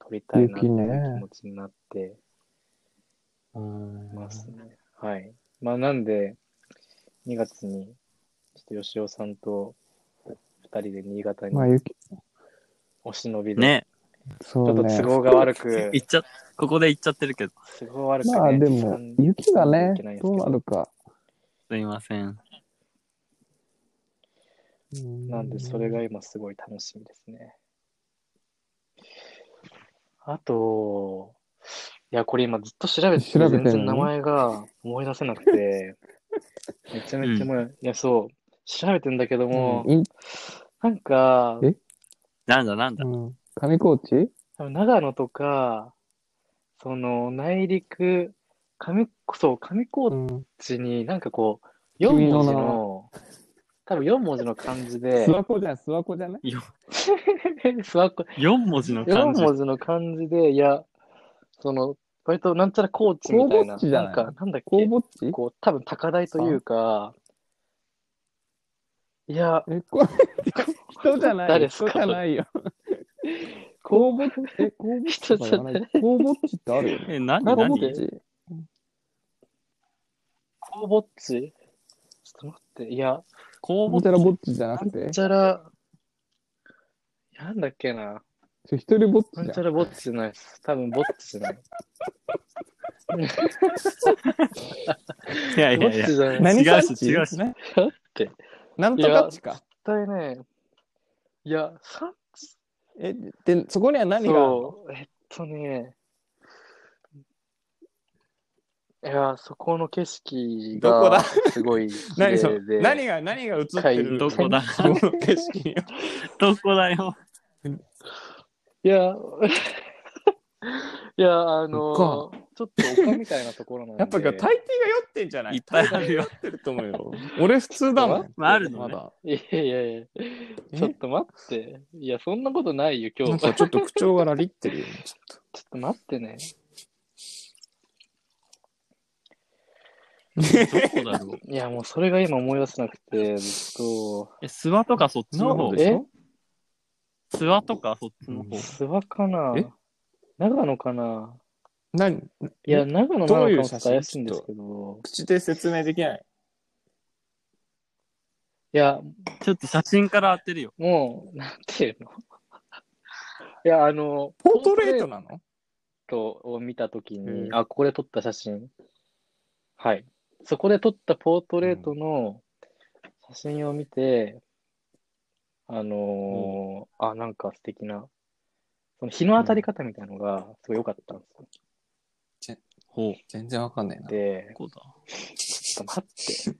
Speaker 2: 撮りたいなっていう
Speaker 1: 雪ね
Speaker 2: 気持ちになって
Speaker 3: うん
Speaker 2: ますね。はい。まあ、なんで、2月に、ちょっと吉尾さんと2人で新潟に
Speaker 1: まあ、雪、
Speaker 2: お忍びで、
Speaker 3: ね
Speaker 2: ち
Speaker 1: そ
Speaker 2: ょっ
Speaker 1: う
Speaker 2: と
Speaker 1: ね
Speaker 2: 都。合が悪く、
Speaker 3: 行っちゃ、ここで行っちゃってるけど、
Speaker 2: 都合悪くね、
Speaker 1: まあでも、雪がね
Speaker 2: いけないん、です
Speaker 1: ど
Speaker 2: け
Speaker 1: う
Speaker 2: ど
Speaker 1: なるか。
Speaker 3: すいません。
Speaker 2: なんで、それが今すごい楽しみですね。あと、いや、これ今ずっと調べてて、
Speaker 1: 調べてん
Speaker 2: 全然
Speaker 1: の
Speaker 2: 名前が思い出せなく
Speaker 1: *laughs*
Speaker 2: て、めちゃめちゃもう、いや、そう、調べてんだけども、
Speaker 1: うん、
Speaker 2: なんか、
Speaker 1: え
Speaker 3: なんだなんだ。
Speaker 1: うん、上高地
Speaker 2: 長野とか、その、内陸、上、そう、上高
Speaker 1: うん。
Speaker 2: 地に、なんかこう、4
Speaker 1: 君の
Speaker 2: 文字
Speaker 1: 名
Speaker 2: の、多分4文字の漢字で
Speaker 1: 諏、
Speaker 2: *laughs*
Speaker 1: 訪湖じゃない、諏訪湖じゃない
Speaker 2: スワッコ
Speaker 3: 4文字の
Speaker 2: 4
Speaker 3: 漢字。
Speaker 2: 文字の漢字で、いや、その、割となんちゃら高知みたいな、
Speaker 1: 高知じゃ
Speaker 2: な
Speaker 1: なんい
Speaker 2: か、なんだっ
Speaker 1: 高
Speaker 2: け、
Speaker 1: ぼっち
Speaker 2: こう、多分高台というか、いや、
Speaker 1: え、こ人じゃない。
Speaker 2: 誰っす
Speaker 1: 人
Speaker 2: か
Speaker 1: じゃないよ。公墓地え、公墓地とか言わない。公墓地ってあるよね。
Speaker 3: え、何
Speaker 1: 公
Speaker 3: 何
Speaker 2: な
Speaker 1: 墓
Speaker 2: んで
Speaker 1: 地
Speaker 2: こうぼっちちょっと待って、いや、
Speaker 3: 公
Speaker 1: なんちゃ
Speaker 3: 募
Speaker 1: らぼっちじゃなく
Speaker 2: な
Speaker 1: て
Speaker 2: ん、ちゃら、いやなんだっけな、
Speaker 1: それ一人ぼっち
Speaker 2: なんち
Speaker 1: じ
Speaker 2: ゃ
Speaker 1: ゃん。
Speaker 2: らぼっちじゃないです。多分ぼっちじゃない。
Speaker 3: いやい
Speaker 2: ぼっ
Speaker 3: やいや
Speaker 2: ち。じゃない。
Speaker 3: 何違うし
Speaker 1: 産地
Speaker 3: 違うし
Speaker 1: ね
Speaker 2: だって
Speaker 1: なんとか地か。
Speaker 2: 絶対ね、いや、さ
Speaker 1: え、で、そこには何があるの
Speaker 2: そう、えっとね、いや、そこの景色
Speaker 1: どこ
Speaker 2: が
Speaker 1: だ
Speaker 2: すご
Speaker 1: *laughs*
Speaker 2: い綺
Speaker 1: 何それ
Speaker 2: 麗で、
Speaker 1: 何が、何が映ってる
Speaker 3: どこだ
Speaker 1: この景色よ。
Speaker 3: どこだよ。
Speaker 2: いや、 *laughs* いや、あの、ち
Speaker 1: そ
Speaker 2: ょっと丘みたいなところなんで、
Speaker 1: *laughs* やっぱ今日大抵が酔ってんじゃない
Speaker 3: *laughs* いっぱいあるよ。
Speaker 1: 酔ってると思うよ。俺普通だもん。
Speaker 3: *laughs* まああるのね
Speaker 1: まだ。
Speaker 2: いやいやいや、ちょっと待って、いや、そんなことないよ、今
Speaker 1: なん
Speaker 2: 日。ちょ
Speaker 1: か
Speaker 2: っ
Speaker 1: ちょっと口調がラリってるよね。ちょっ
Speaker 2: と待ってね。
Speaker 1: *laughs*
Speaker 3: どこだろう。
Speaker 2: いや、もうそれが今思い出せなくて、ずっと、
Speaker 3: え、諏訪とかそっちの
Speaker 1: と
Speaker 3: 方
Speaker 2: で。しょ
Speaker 3: 諏訪とかそっちの方。
Speaker 2: 諏訪かな
Speaker 1: え
Speaker 2: 長野かな
Speaker 1: 何
Speaker 2: いや、長野な
Speaker 1: ど
Speaker 2: の
Speaker 1: う
Speaker 2: か
Speaker 1: い
Speaker 2: も
Speaker 1: う
Speaker 2: ちょ
Speaker 1: 写
Speaker 2: っと
Speaker 1: 真
Speaker 2: 怪しいんですけど、
Speaker 1: 口で説明できない。
Speaker 2: いや、
Speaker 3: ちょっと写真から当てるよ。
Speaker 2: もう、なんていうの *laughs* いや、あの、
Speaker 1: ポートレートなの
Speaker 2: ポートレートを見たときに、
Speaker 1: うん
Speaker 2: あ、ここで撮った写真。はい。そこで撮ったポートレートの写真を見て、あのーあ、なんか素敵な、その日の当たり方みたいなのがすごい良かったんですよ。
Speaker 3: ほう。
Speaker 1: 全然わかんないな。
Speaker 2: で、
Speaker 3: こうだ。
Speaker 2: ちょっと待って、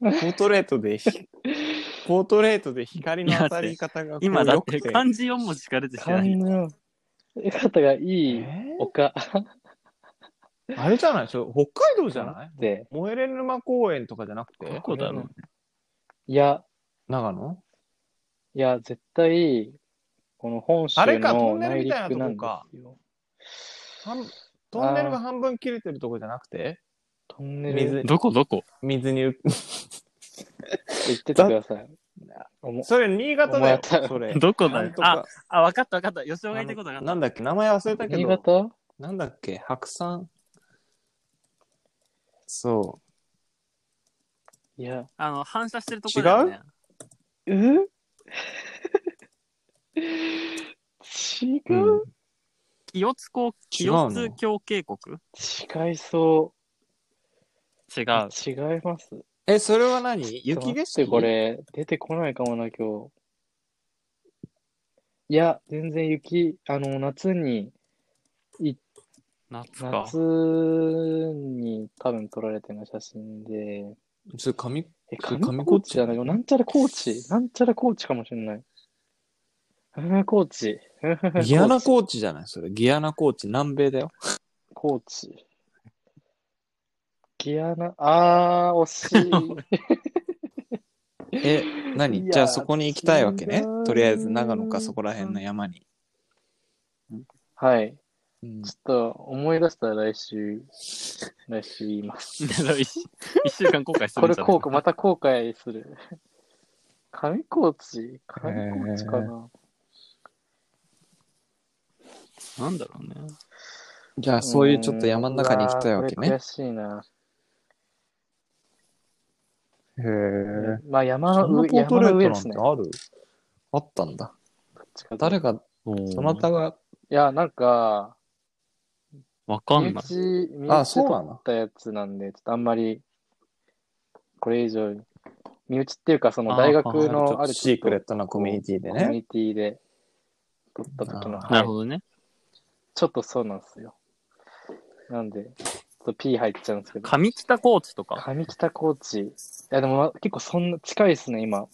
Speaker 1: ポートレートで *laughs* ひ、ポートレートで光の当たり方が
Speaker 3: 今だっ
Speaker 1: よ
Speaker 3: て
Speaker 1: くて。
Speaker 3: 漢字4文字しか出てきて
Speaker 2: 漢
Speaker 3: な
Speaker 2: 字
Speaker 3: い。
Speaker 2: の絵 *laughs* 方がい
Speaker 1: え
Speaker 2: い丘
Speaker 1: ーあれじゃないでしょ北海道じゃない
Speaker 2: で、
Speaker 1: 燃えれ沼公園とかじゃなくて
Speaker 3: どこだろう。
Speaker 2: いや、
Speaker 1: 長野
Speaker 2: いや、絶対、この本州
Speaker 1: あれかト
Speaker 2: の
Speaker 1: ンネル
Speaker 2: 内
Speaker 1: みたいな
Speaker 2: 陸
Speaker 1: と
Speaker 2: なんで
Speaker 1: こか
Speaker 2: すよ。
Speaker 1: 半トンネルが半分切れてるとこじゃなくて
Speaker 2: トンネル
Speaker 1: 水
Speaker 3: どこどこ
Speaker 1: 水に浮
Speaker 2: 行っててください。
Speaker 1: *laughs*
Speaker 2: おも
Speaker 1: それ新潟だよ
Speaker 2: お前
Speaker 1: それ
Speaker 3: どこ
Speaker 1: な
Speaker 3: だよ
Speaker 1: ん。と
Speaker 3: あ
Speaker 1: か、
Speaker 3: あ、わかったわかった。吉尾が言
Speaker 1: あ
Speaker 3: ってること
Speaker 1: の
Speaker 3: が分か
Speaker 1: な
Speaker 3: っ
Speaker 1: んだっけ名前忘れたけ
Speaker 2: 新
Speaker 1: ど
Speaker 2: 潟
Speaker 1: なんだっけ白山そ
Speaker 2: いや、
Speaker 3: た。あの、反射してるとこだよね。
Speaker 2: え違
Speaker 1: う、
Speaker 2: う、
Speaker 1: うん、
Speaker 3: 清津高、
Speaker 1: 違う
Speaker 3: 清
Speaker 1: の
Speaker 3: 津峡渓谷
Speaker 2: 違いそ
Speaker 3: 違
Speaker 2: う。
Speaker 3: う。
Speaker 2: 違います。
Speaker 1: えそれは何雪
Speaker 2: ち
Speaker 1: 景
Speaker 2: ょっと待って
Speaker 1: 色
Speaker 2: これ、出てこないかもな、今日。いや、全然雪、あの、夏に、
Speaker 3: 夏か
Speaker 2: 夏。に多分撮られてる写真で、
Speaker 1: そ
Speaker 2: *laughs*
Speaker 1: れ紙
Speaker 2: え、
Speaker 1: それ
Speaker 2: 上高地じゃない
Speaker 1: 上高地
Speaker 2: なんちゃら高知なんちゃら高知かもしれない。うん、高知。うん
Speaker 1: ギアナ高地じゃないそれギアナ高地南米だよ
Speaker 2: 高知。ギアナ、あー、惜
Speaker 1: *laughs*
Speaker 2: し
Speaker 1: え
Speaker 2: い
Speaker 1: 何
Speaker 2: や
Speaker 1: じゃあそこに行きたいわけね
Speaker 2: 違う
Speaker 1: とりあえず長野かそこら辺の山に
Speaker 2: い。はい。
Speaker 3: うん。
Speaker 2: ちょっと思い出したら来週、来週言います。
Speaker 3: 一週 *laughs* 一週間後悔す
Speaker 2: こ
Speaker 3: るん
Speaker 2: れ
Speaker 3: じゃない
Speaker 2: 後悔、また後悔する。上高地上高地かな、
Speaker 3: なんだろうね。
Speaker 1: じゃあ、そういうちょっと山の中に行きたいわ
Speaker 2: うわー
Speaker 1: け
Speaker 2: これ
Speaker 1: ね
Speaker 2: 悔。しいな。
Speaker 1: へえ。
Speaker 2: まあ山
Speaker 1: そ
Speaker 2: の
Speaker 1: んな
Speaker 2: 上、
Speaker 1: ポー
Speaker 2: 山
Speaker 1: トレ
Speaker 2: の上
Speaker 1: ー
Speaker 2: で
Speaker 1: ト
Speaker 2: すね。
Speaker 1: なんてあるあったんだ。誰
Speaker 2: い
Speaker 1: が、
Speaker 3: そ
Speaker 1: そなたが、
Speaker 2: や、なんか、
Speaker 3: わか
Speaker 2: 身
Speaker 3: んない。
Speaker 2: 内、身
Speaker 1: あ
Speaker 2: 内
Speaker 1: そうな
Speaker 2: 取
Speaker 1: の
Speaker 2: ったやつなんで、ちょっとあんまり、これ以上、身内っていうか、その大学のある
Speaker 1: シークレ
Speaker 2: ト
Speaker 1: ットなコミュニティで
Speaker 2: コミュ
Speaker 1: ね。
Speaker 2: ニティで取った時の、
Speaker 1: あ
Speaker 3: な
Speaker 2: は
Speaker 3: るほ
Speaker 2: い、
Speaker 3: どね。
Speaker 2: ちょっとそうなんですよ。なんで、ちょっと P 入っちゃうんですけど。
Speaker 3: 上北コーチとか。
Speaker 2: 上北高地。いや、でもま結構そんな近いですね、今。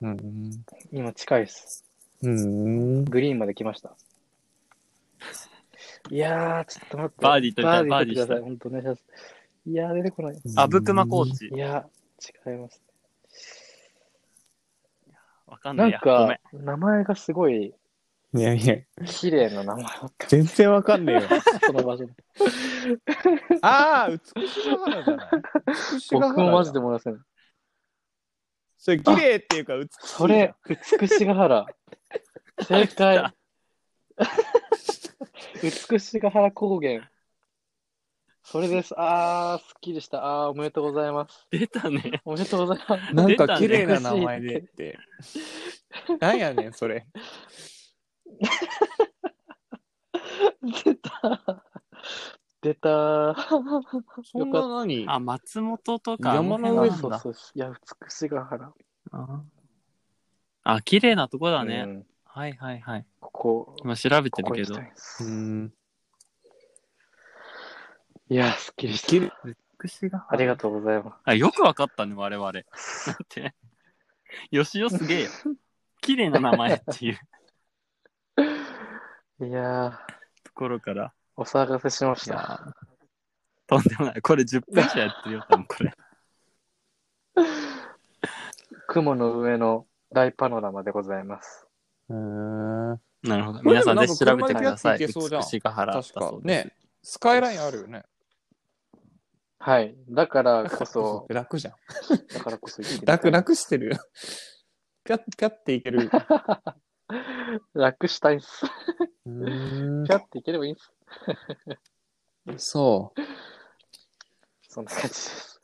Speaker 1: うん。
Speaker 2: 今近いです。
Speaker 1: うん。
Speaker 2: グリーンまで来ました。いやー、ちょっと待って。
Speaker 3: バーディー取りたい
Speaker 2: バーディー取ってくださ
Speaker 3: バーディーしたい
Speaker 2: い。本当お願いします。いやー、出てこない。
Speaker 3: 阿武隈コーチ
Speaker 2: い。やー、違います。
Speaker 3: わかんな
Speaker 2: ないん
Speaker 3: や。ごめん
Speaker 2: か。、名前がすごい
Speaker 1: いやいや、
Speaker 2: 綺麗な名
Speaker 3: *laughs*
Speaker 2: 前ばっか
Speaker 1: 全然わかんねえよ。
Speaker 2: り、その場所で。
Speaker 1: *laughs* ああ、美しが原じゃない美しが原だ。
Speaker 2: 僕もマジでもらせない。
Speaker 1: それ、綺麗っていうか、美しい。
Speaker 2: それ、美しが原。正解。 *laughs* 美しが原高原。それです。あー、すっきりした。あー、おめでとうございます。
Speaker 3: 出たね。
Speaker 2: おめでとうございます。
Speaker 1: なんか綺麗な名前でって。 *laughs* なんやねん、それ。
Speaker 2: 出た。出た。
Speaker 1: そんな何
Speaker 3: あ、松本とか。
Speaker 1: 山の
Speaker 3: あ
Speaker 1: 上
Speaker 3: 辺
Speaker 2: そう
Speaker 3: なんだ
Speaker 2: そうそう。いや、美しが原。
Speaker 3: ああ、綺麗なとこだね。
Speaker 2: うん
Speaker 3: はいはいはい。
Speaker 2: ここ、
Speaker 3: 今調べて
Speaker 2: ここ
Speaker 3: るけ
Speaker 2: 行き
Speaker 3: ど
Speaker 2: たい。で
Speaker 1: う
Speaker 2: す。
Speaker 1: ん。
Speaker 2: いや、すっきりした。
Speaker 3: 串が
Speaker 2: ありが
Speaker 3: と
Speaker 2: とうございま
Speaker 3: う。あ、よくわかったね、我々。だって。よしおすげ
Speaker 1: *laughs*
Speaker 3: えよ。綺麗な名前っていう
Speaker 2: す。いやー、
Speaker 3: ところから。
Speaker 2: お騒がせしまし
Speaker 3: い
Speaker 2: た。
Speaker 3: やーとんでもない。これ10分以上やってるよ、多
Speaker 1: *laughs*
Speaker 3: 分これ。
Speaker 2: 雲の上の大パノラマでございます。
Speaker 1: うん。
Speaker 3: なるほど。
Speaker 1: これで
Speaker 3: 皆
Speaker 1: も
Speaker 3: さん
Speaker 1: なんか
Speaker 3: ぜひ調べてください。
Speaker 1: 車でピャッて行けそうじゃん
Speaker 3: 串ヶ原だ
Speaker 1: 確
Speaker 3: そ
Speaker 1: か
Speaker 3: う。です。
Speaker 1: ね、スカイラインあるよね。
Speaker 2: はい。だからこそ
Speaker 1: そ。、
Speaker 2: う
Speaker 1: *laughs* 楽じゃん。
Speaker 2: だからこそ生きてみたい
Speaker 1: 楽、。楽してるよ。ピャッ、ピャッていけ *laughs* る。
Speaker 2: 楽したいっす。
Speaker 1: うん
Speaker 2: ピャっていければいいんす。
Speaker 1: そう。
Speaker 2: そんな感じです。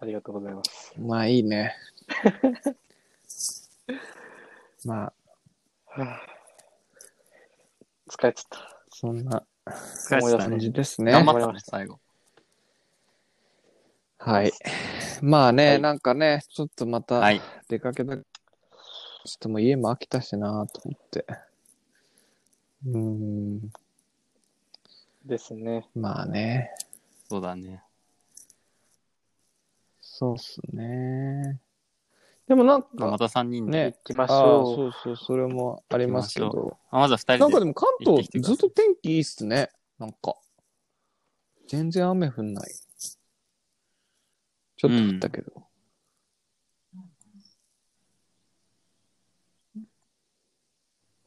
Speaker 2: ありがとうございます。
Speaker 1: まあいいね。 *laughs* まあ、
Speaker 2: 疲れちゃっ
Speaker 1: そんな
Speaker 3: 疲れ
Speaker 2: 思い出す
Speaker 3: てたね
Speaker 1: 感じですね。
Speaker 3: 頑
Speaker 2: ま
Speaker 3: 張っ
Speaker 2: 頑張り
Speaker 3: たね
Speaker 2: まし
Speaker 3: 最後。
Speaker 1: はい。まあね、
Speaker 2: はい
Speaker 1: なんかね、ちょっとまた
Speaker 3: はい。
Speaker 1: 出かけた、ちょっともう家も飽きたしなと思って。うーん、
Speaker 2: た。ですね。
Speaker 1: まあね、
Speaker 3: そうだね。
Speaker 1: そうっすね。でもなんか、
Speaker 3: また3人で。
Speaker 1: ね、
Speaker 2: 行きまし
Speaker 1: ああー、
Speaker 2: ょ
Speaker 1: そうそう、それもありますけ
Speaker 3: 行き
Speaker 1: ど。
Speaker 3: あ、まずは2
Speaker 1: なんか
Speaker 3: 人
Speaker 1: で
Speaker 3: で。
Speaker 1: も関
Speaker 3: 行って
Speaker 1: 東
Speaker 3: きてくださ
Speaker 1: ず
Speaker 3: い
Speaker 1: っと天気いいっすね。なんか。全然雨降んない。ちょっと降ったけど。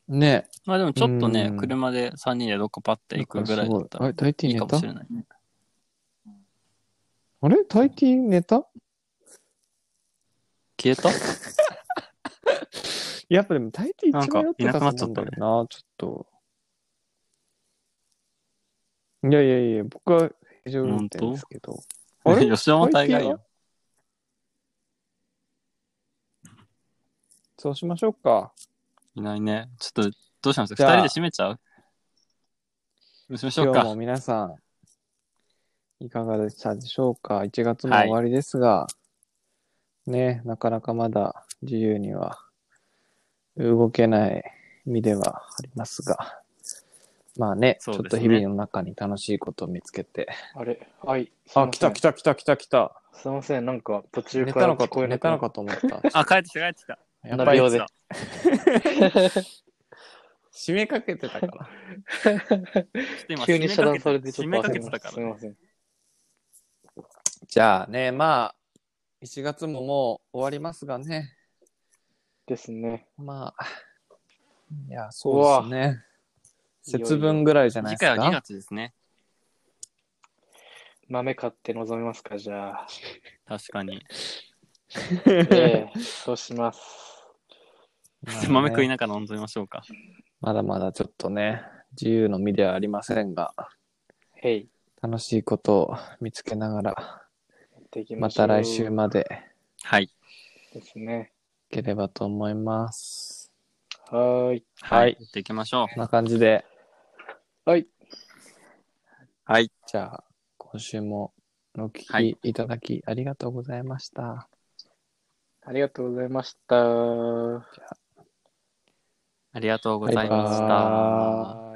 Speaker 1: ねえ。
Speaker 3: まあでもちょっとね
Speaker 1: う、ん
Speaker 3: 車で3人でどっかパッて行くぐらいだったら
Speaker 1: あ
Speaker 3: い
Speaker 1: れ、大抵
Speaker 3: い
Speaker 1: 寝
Speaker 3: かも
Speaker 1: た
Speaker 3: しれないね。
Speaker 1: あれ大抵寝た
Speaker 3: 消えた
Speaker 1: やっぱでも大抵
Speaker 3: なん
Speaker 1: 一
Speaker 3: か
Speaker 1: 番酔ってたと思うんだよな、ちょっと。いやいやいや、僕は非常運転ですけど。あれ
Speaker 3: *laughs* 吉田も大概よ。
Speaker 1: そうしましょうか。
Speaker 3: いないね。ちょっと、どうします
Speaker 1: じ
Speaker 3: 二
Speaker 1: ゃあ
Speaker 3: 人で締めちゃうどうしましょ
Speaker 1: 今
Speaker 3: う
Speaker 1: 日も
Speaker 3: か。
Speaker 1: 皆さん、いかがでしたでしょうか ?1 月も終わりですが、ね、なかなかまだ自由には動けない身ではありますが、まあね、ち
Speaker 3: そ
Speaker 1: ょ
Speaker 3: う
Speaker 1: っ
Speaker 3: です
Speaker 1: と
Speaker 3: ね
Speaker 1: 日々の中に楽しいことを見つけて。
Speaker 2: う。あれ、はい。
Speaker 1: あ、来た来
Speaker 2: た。
Speaker 1: た来た来た来た。
Speaker 2: すいません、なんか途中
Speaker 1: 寝
Speaker 2: から
Speaker 1: たのか、
Speaker 2: 聞ことえ
Speaker 1: 寝
Speaker 2: なく
Speaker 1: た
Speaker 2: な
Speaker 1: の
Speaker 2: っ
Speaker 1: かと思った。
Speaker 3: あ、帰ってきた、帰ってきた。
Speaker 1: やっ
Speaker 2: な
Speaker 1: ぱ
Speaker 2: る
Speaker 1: り
Speaker 2: よ
Speaker 3: 帰ってきた
Speaker 1: 締めかけてたから。
Speaker 3: ちょっと今
Speaker 2: 急に遮断されてちょ
Speaker 3: 締
Speaker 2: っ
Speaker 3: め
Speaker 2: と
Speaker 3: か
Speaker 2: 焦
Speaker 3: け
Speaker 2: り
Speaker 3: て
Speaker 2: ま
Speaker 3: た
Speaker 2: し
Speaker 3: か
Speaker 2: た。す
Speaker 3: ら
Speaker 2: い
Speaker 3: ね。
Speaker 2: ません。
Speaker 1: *laughs* じゃあね、まあ、1月ももう終わりますがね、
Speaker 2: ですね。
Speaker 1: まあ、いや、そうですね。節分ぐらいじゃない
Speaker 3: 次
Speaker 1: です
Speaker 3: 回
Speaker 1: か。
Speaker 3: は2月ですね。
Speaker 2: 豆買って臨みますか、じゃあ。
Speaker 3: 確かに。
Speaker 2: ええ
Speaker 1: *laughs*
Speaker 2: そうします。
Speaker 1: まあね
Speaker 3: 豆食いながら飲みましょうか。
Speaker 1: まだまだちょっとね、自由の身ではありませんが、
Speaker 2: へい、
Speaker 1: 楽しいことを見つけながら、
Speaker 2: やっていきま
Speaker 1: ま
Speaker 2: しょ
Speaker 1: た
Speaker 2: う。
Speaker 1: 来週まで
Speaker 3: はい。
Speaker 2: ですね。
Speaker 1: いければと思います。
Speaker 2: はーい。
Speaker 1: はい
Speaker 3: やっていきましょう。
Speaker 1: こんな感じで、
Speaker 2: はい。
Speaker 3: はい。
Speaker 1: じゃあ、今週もお聞
Speaker 3: はい
Speaker 1: きいただきありがとうございました。
Speaker 2: ありがとうございました。
Speaker 3: ありがとうございまし
Speaker 1: バイバ
Speaker 3: た
Speaker 1: ー。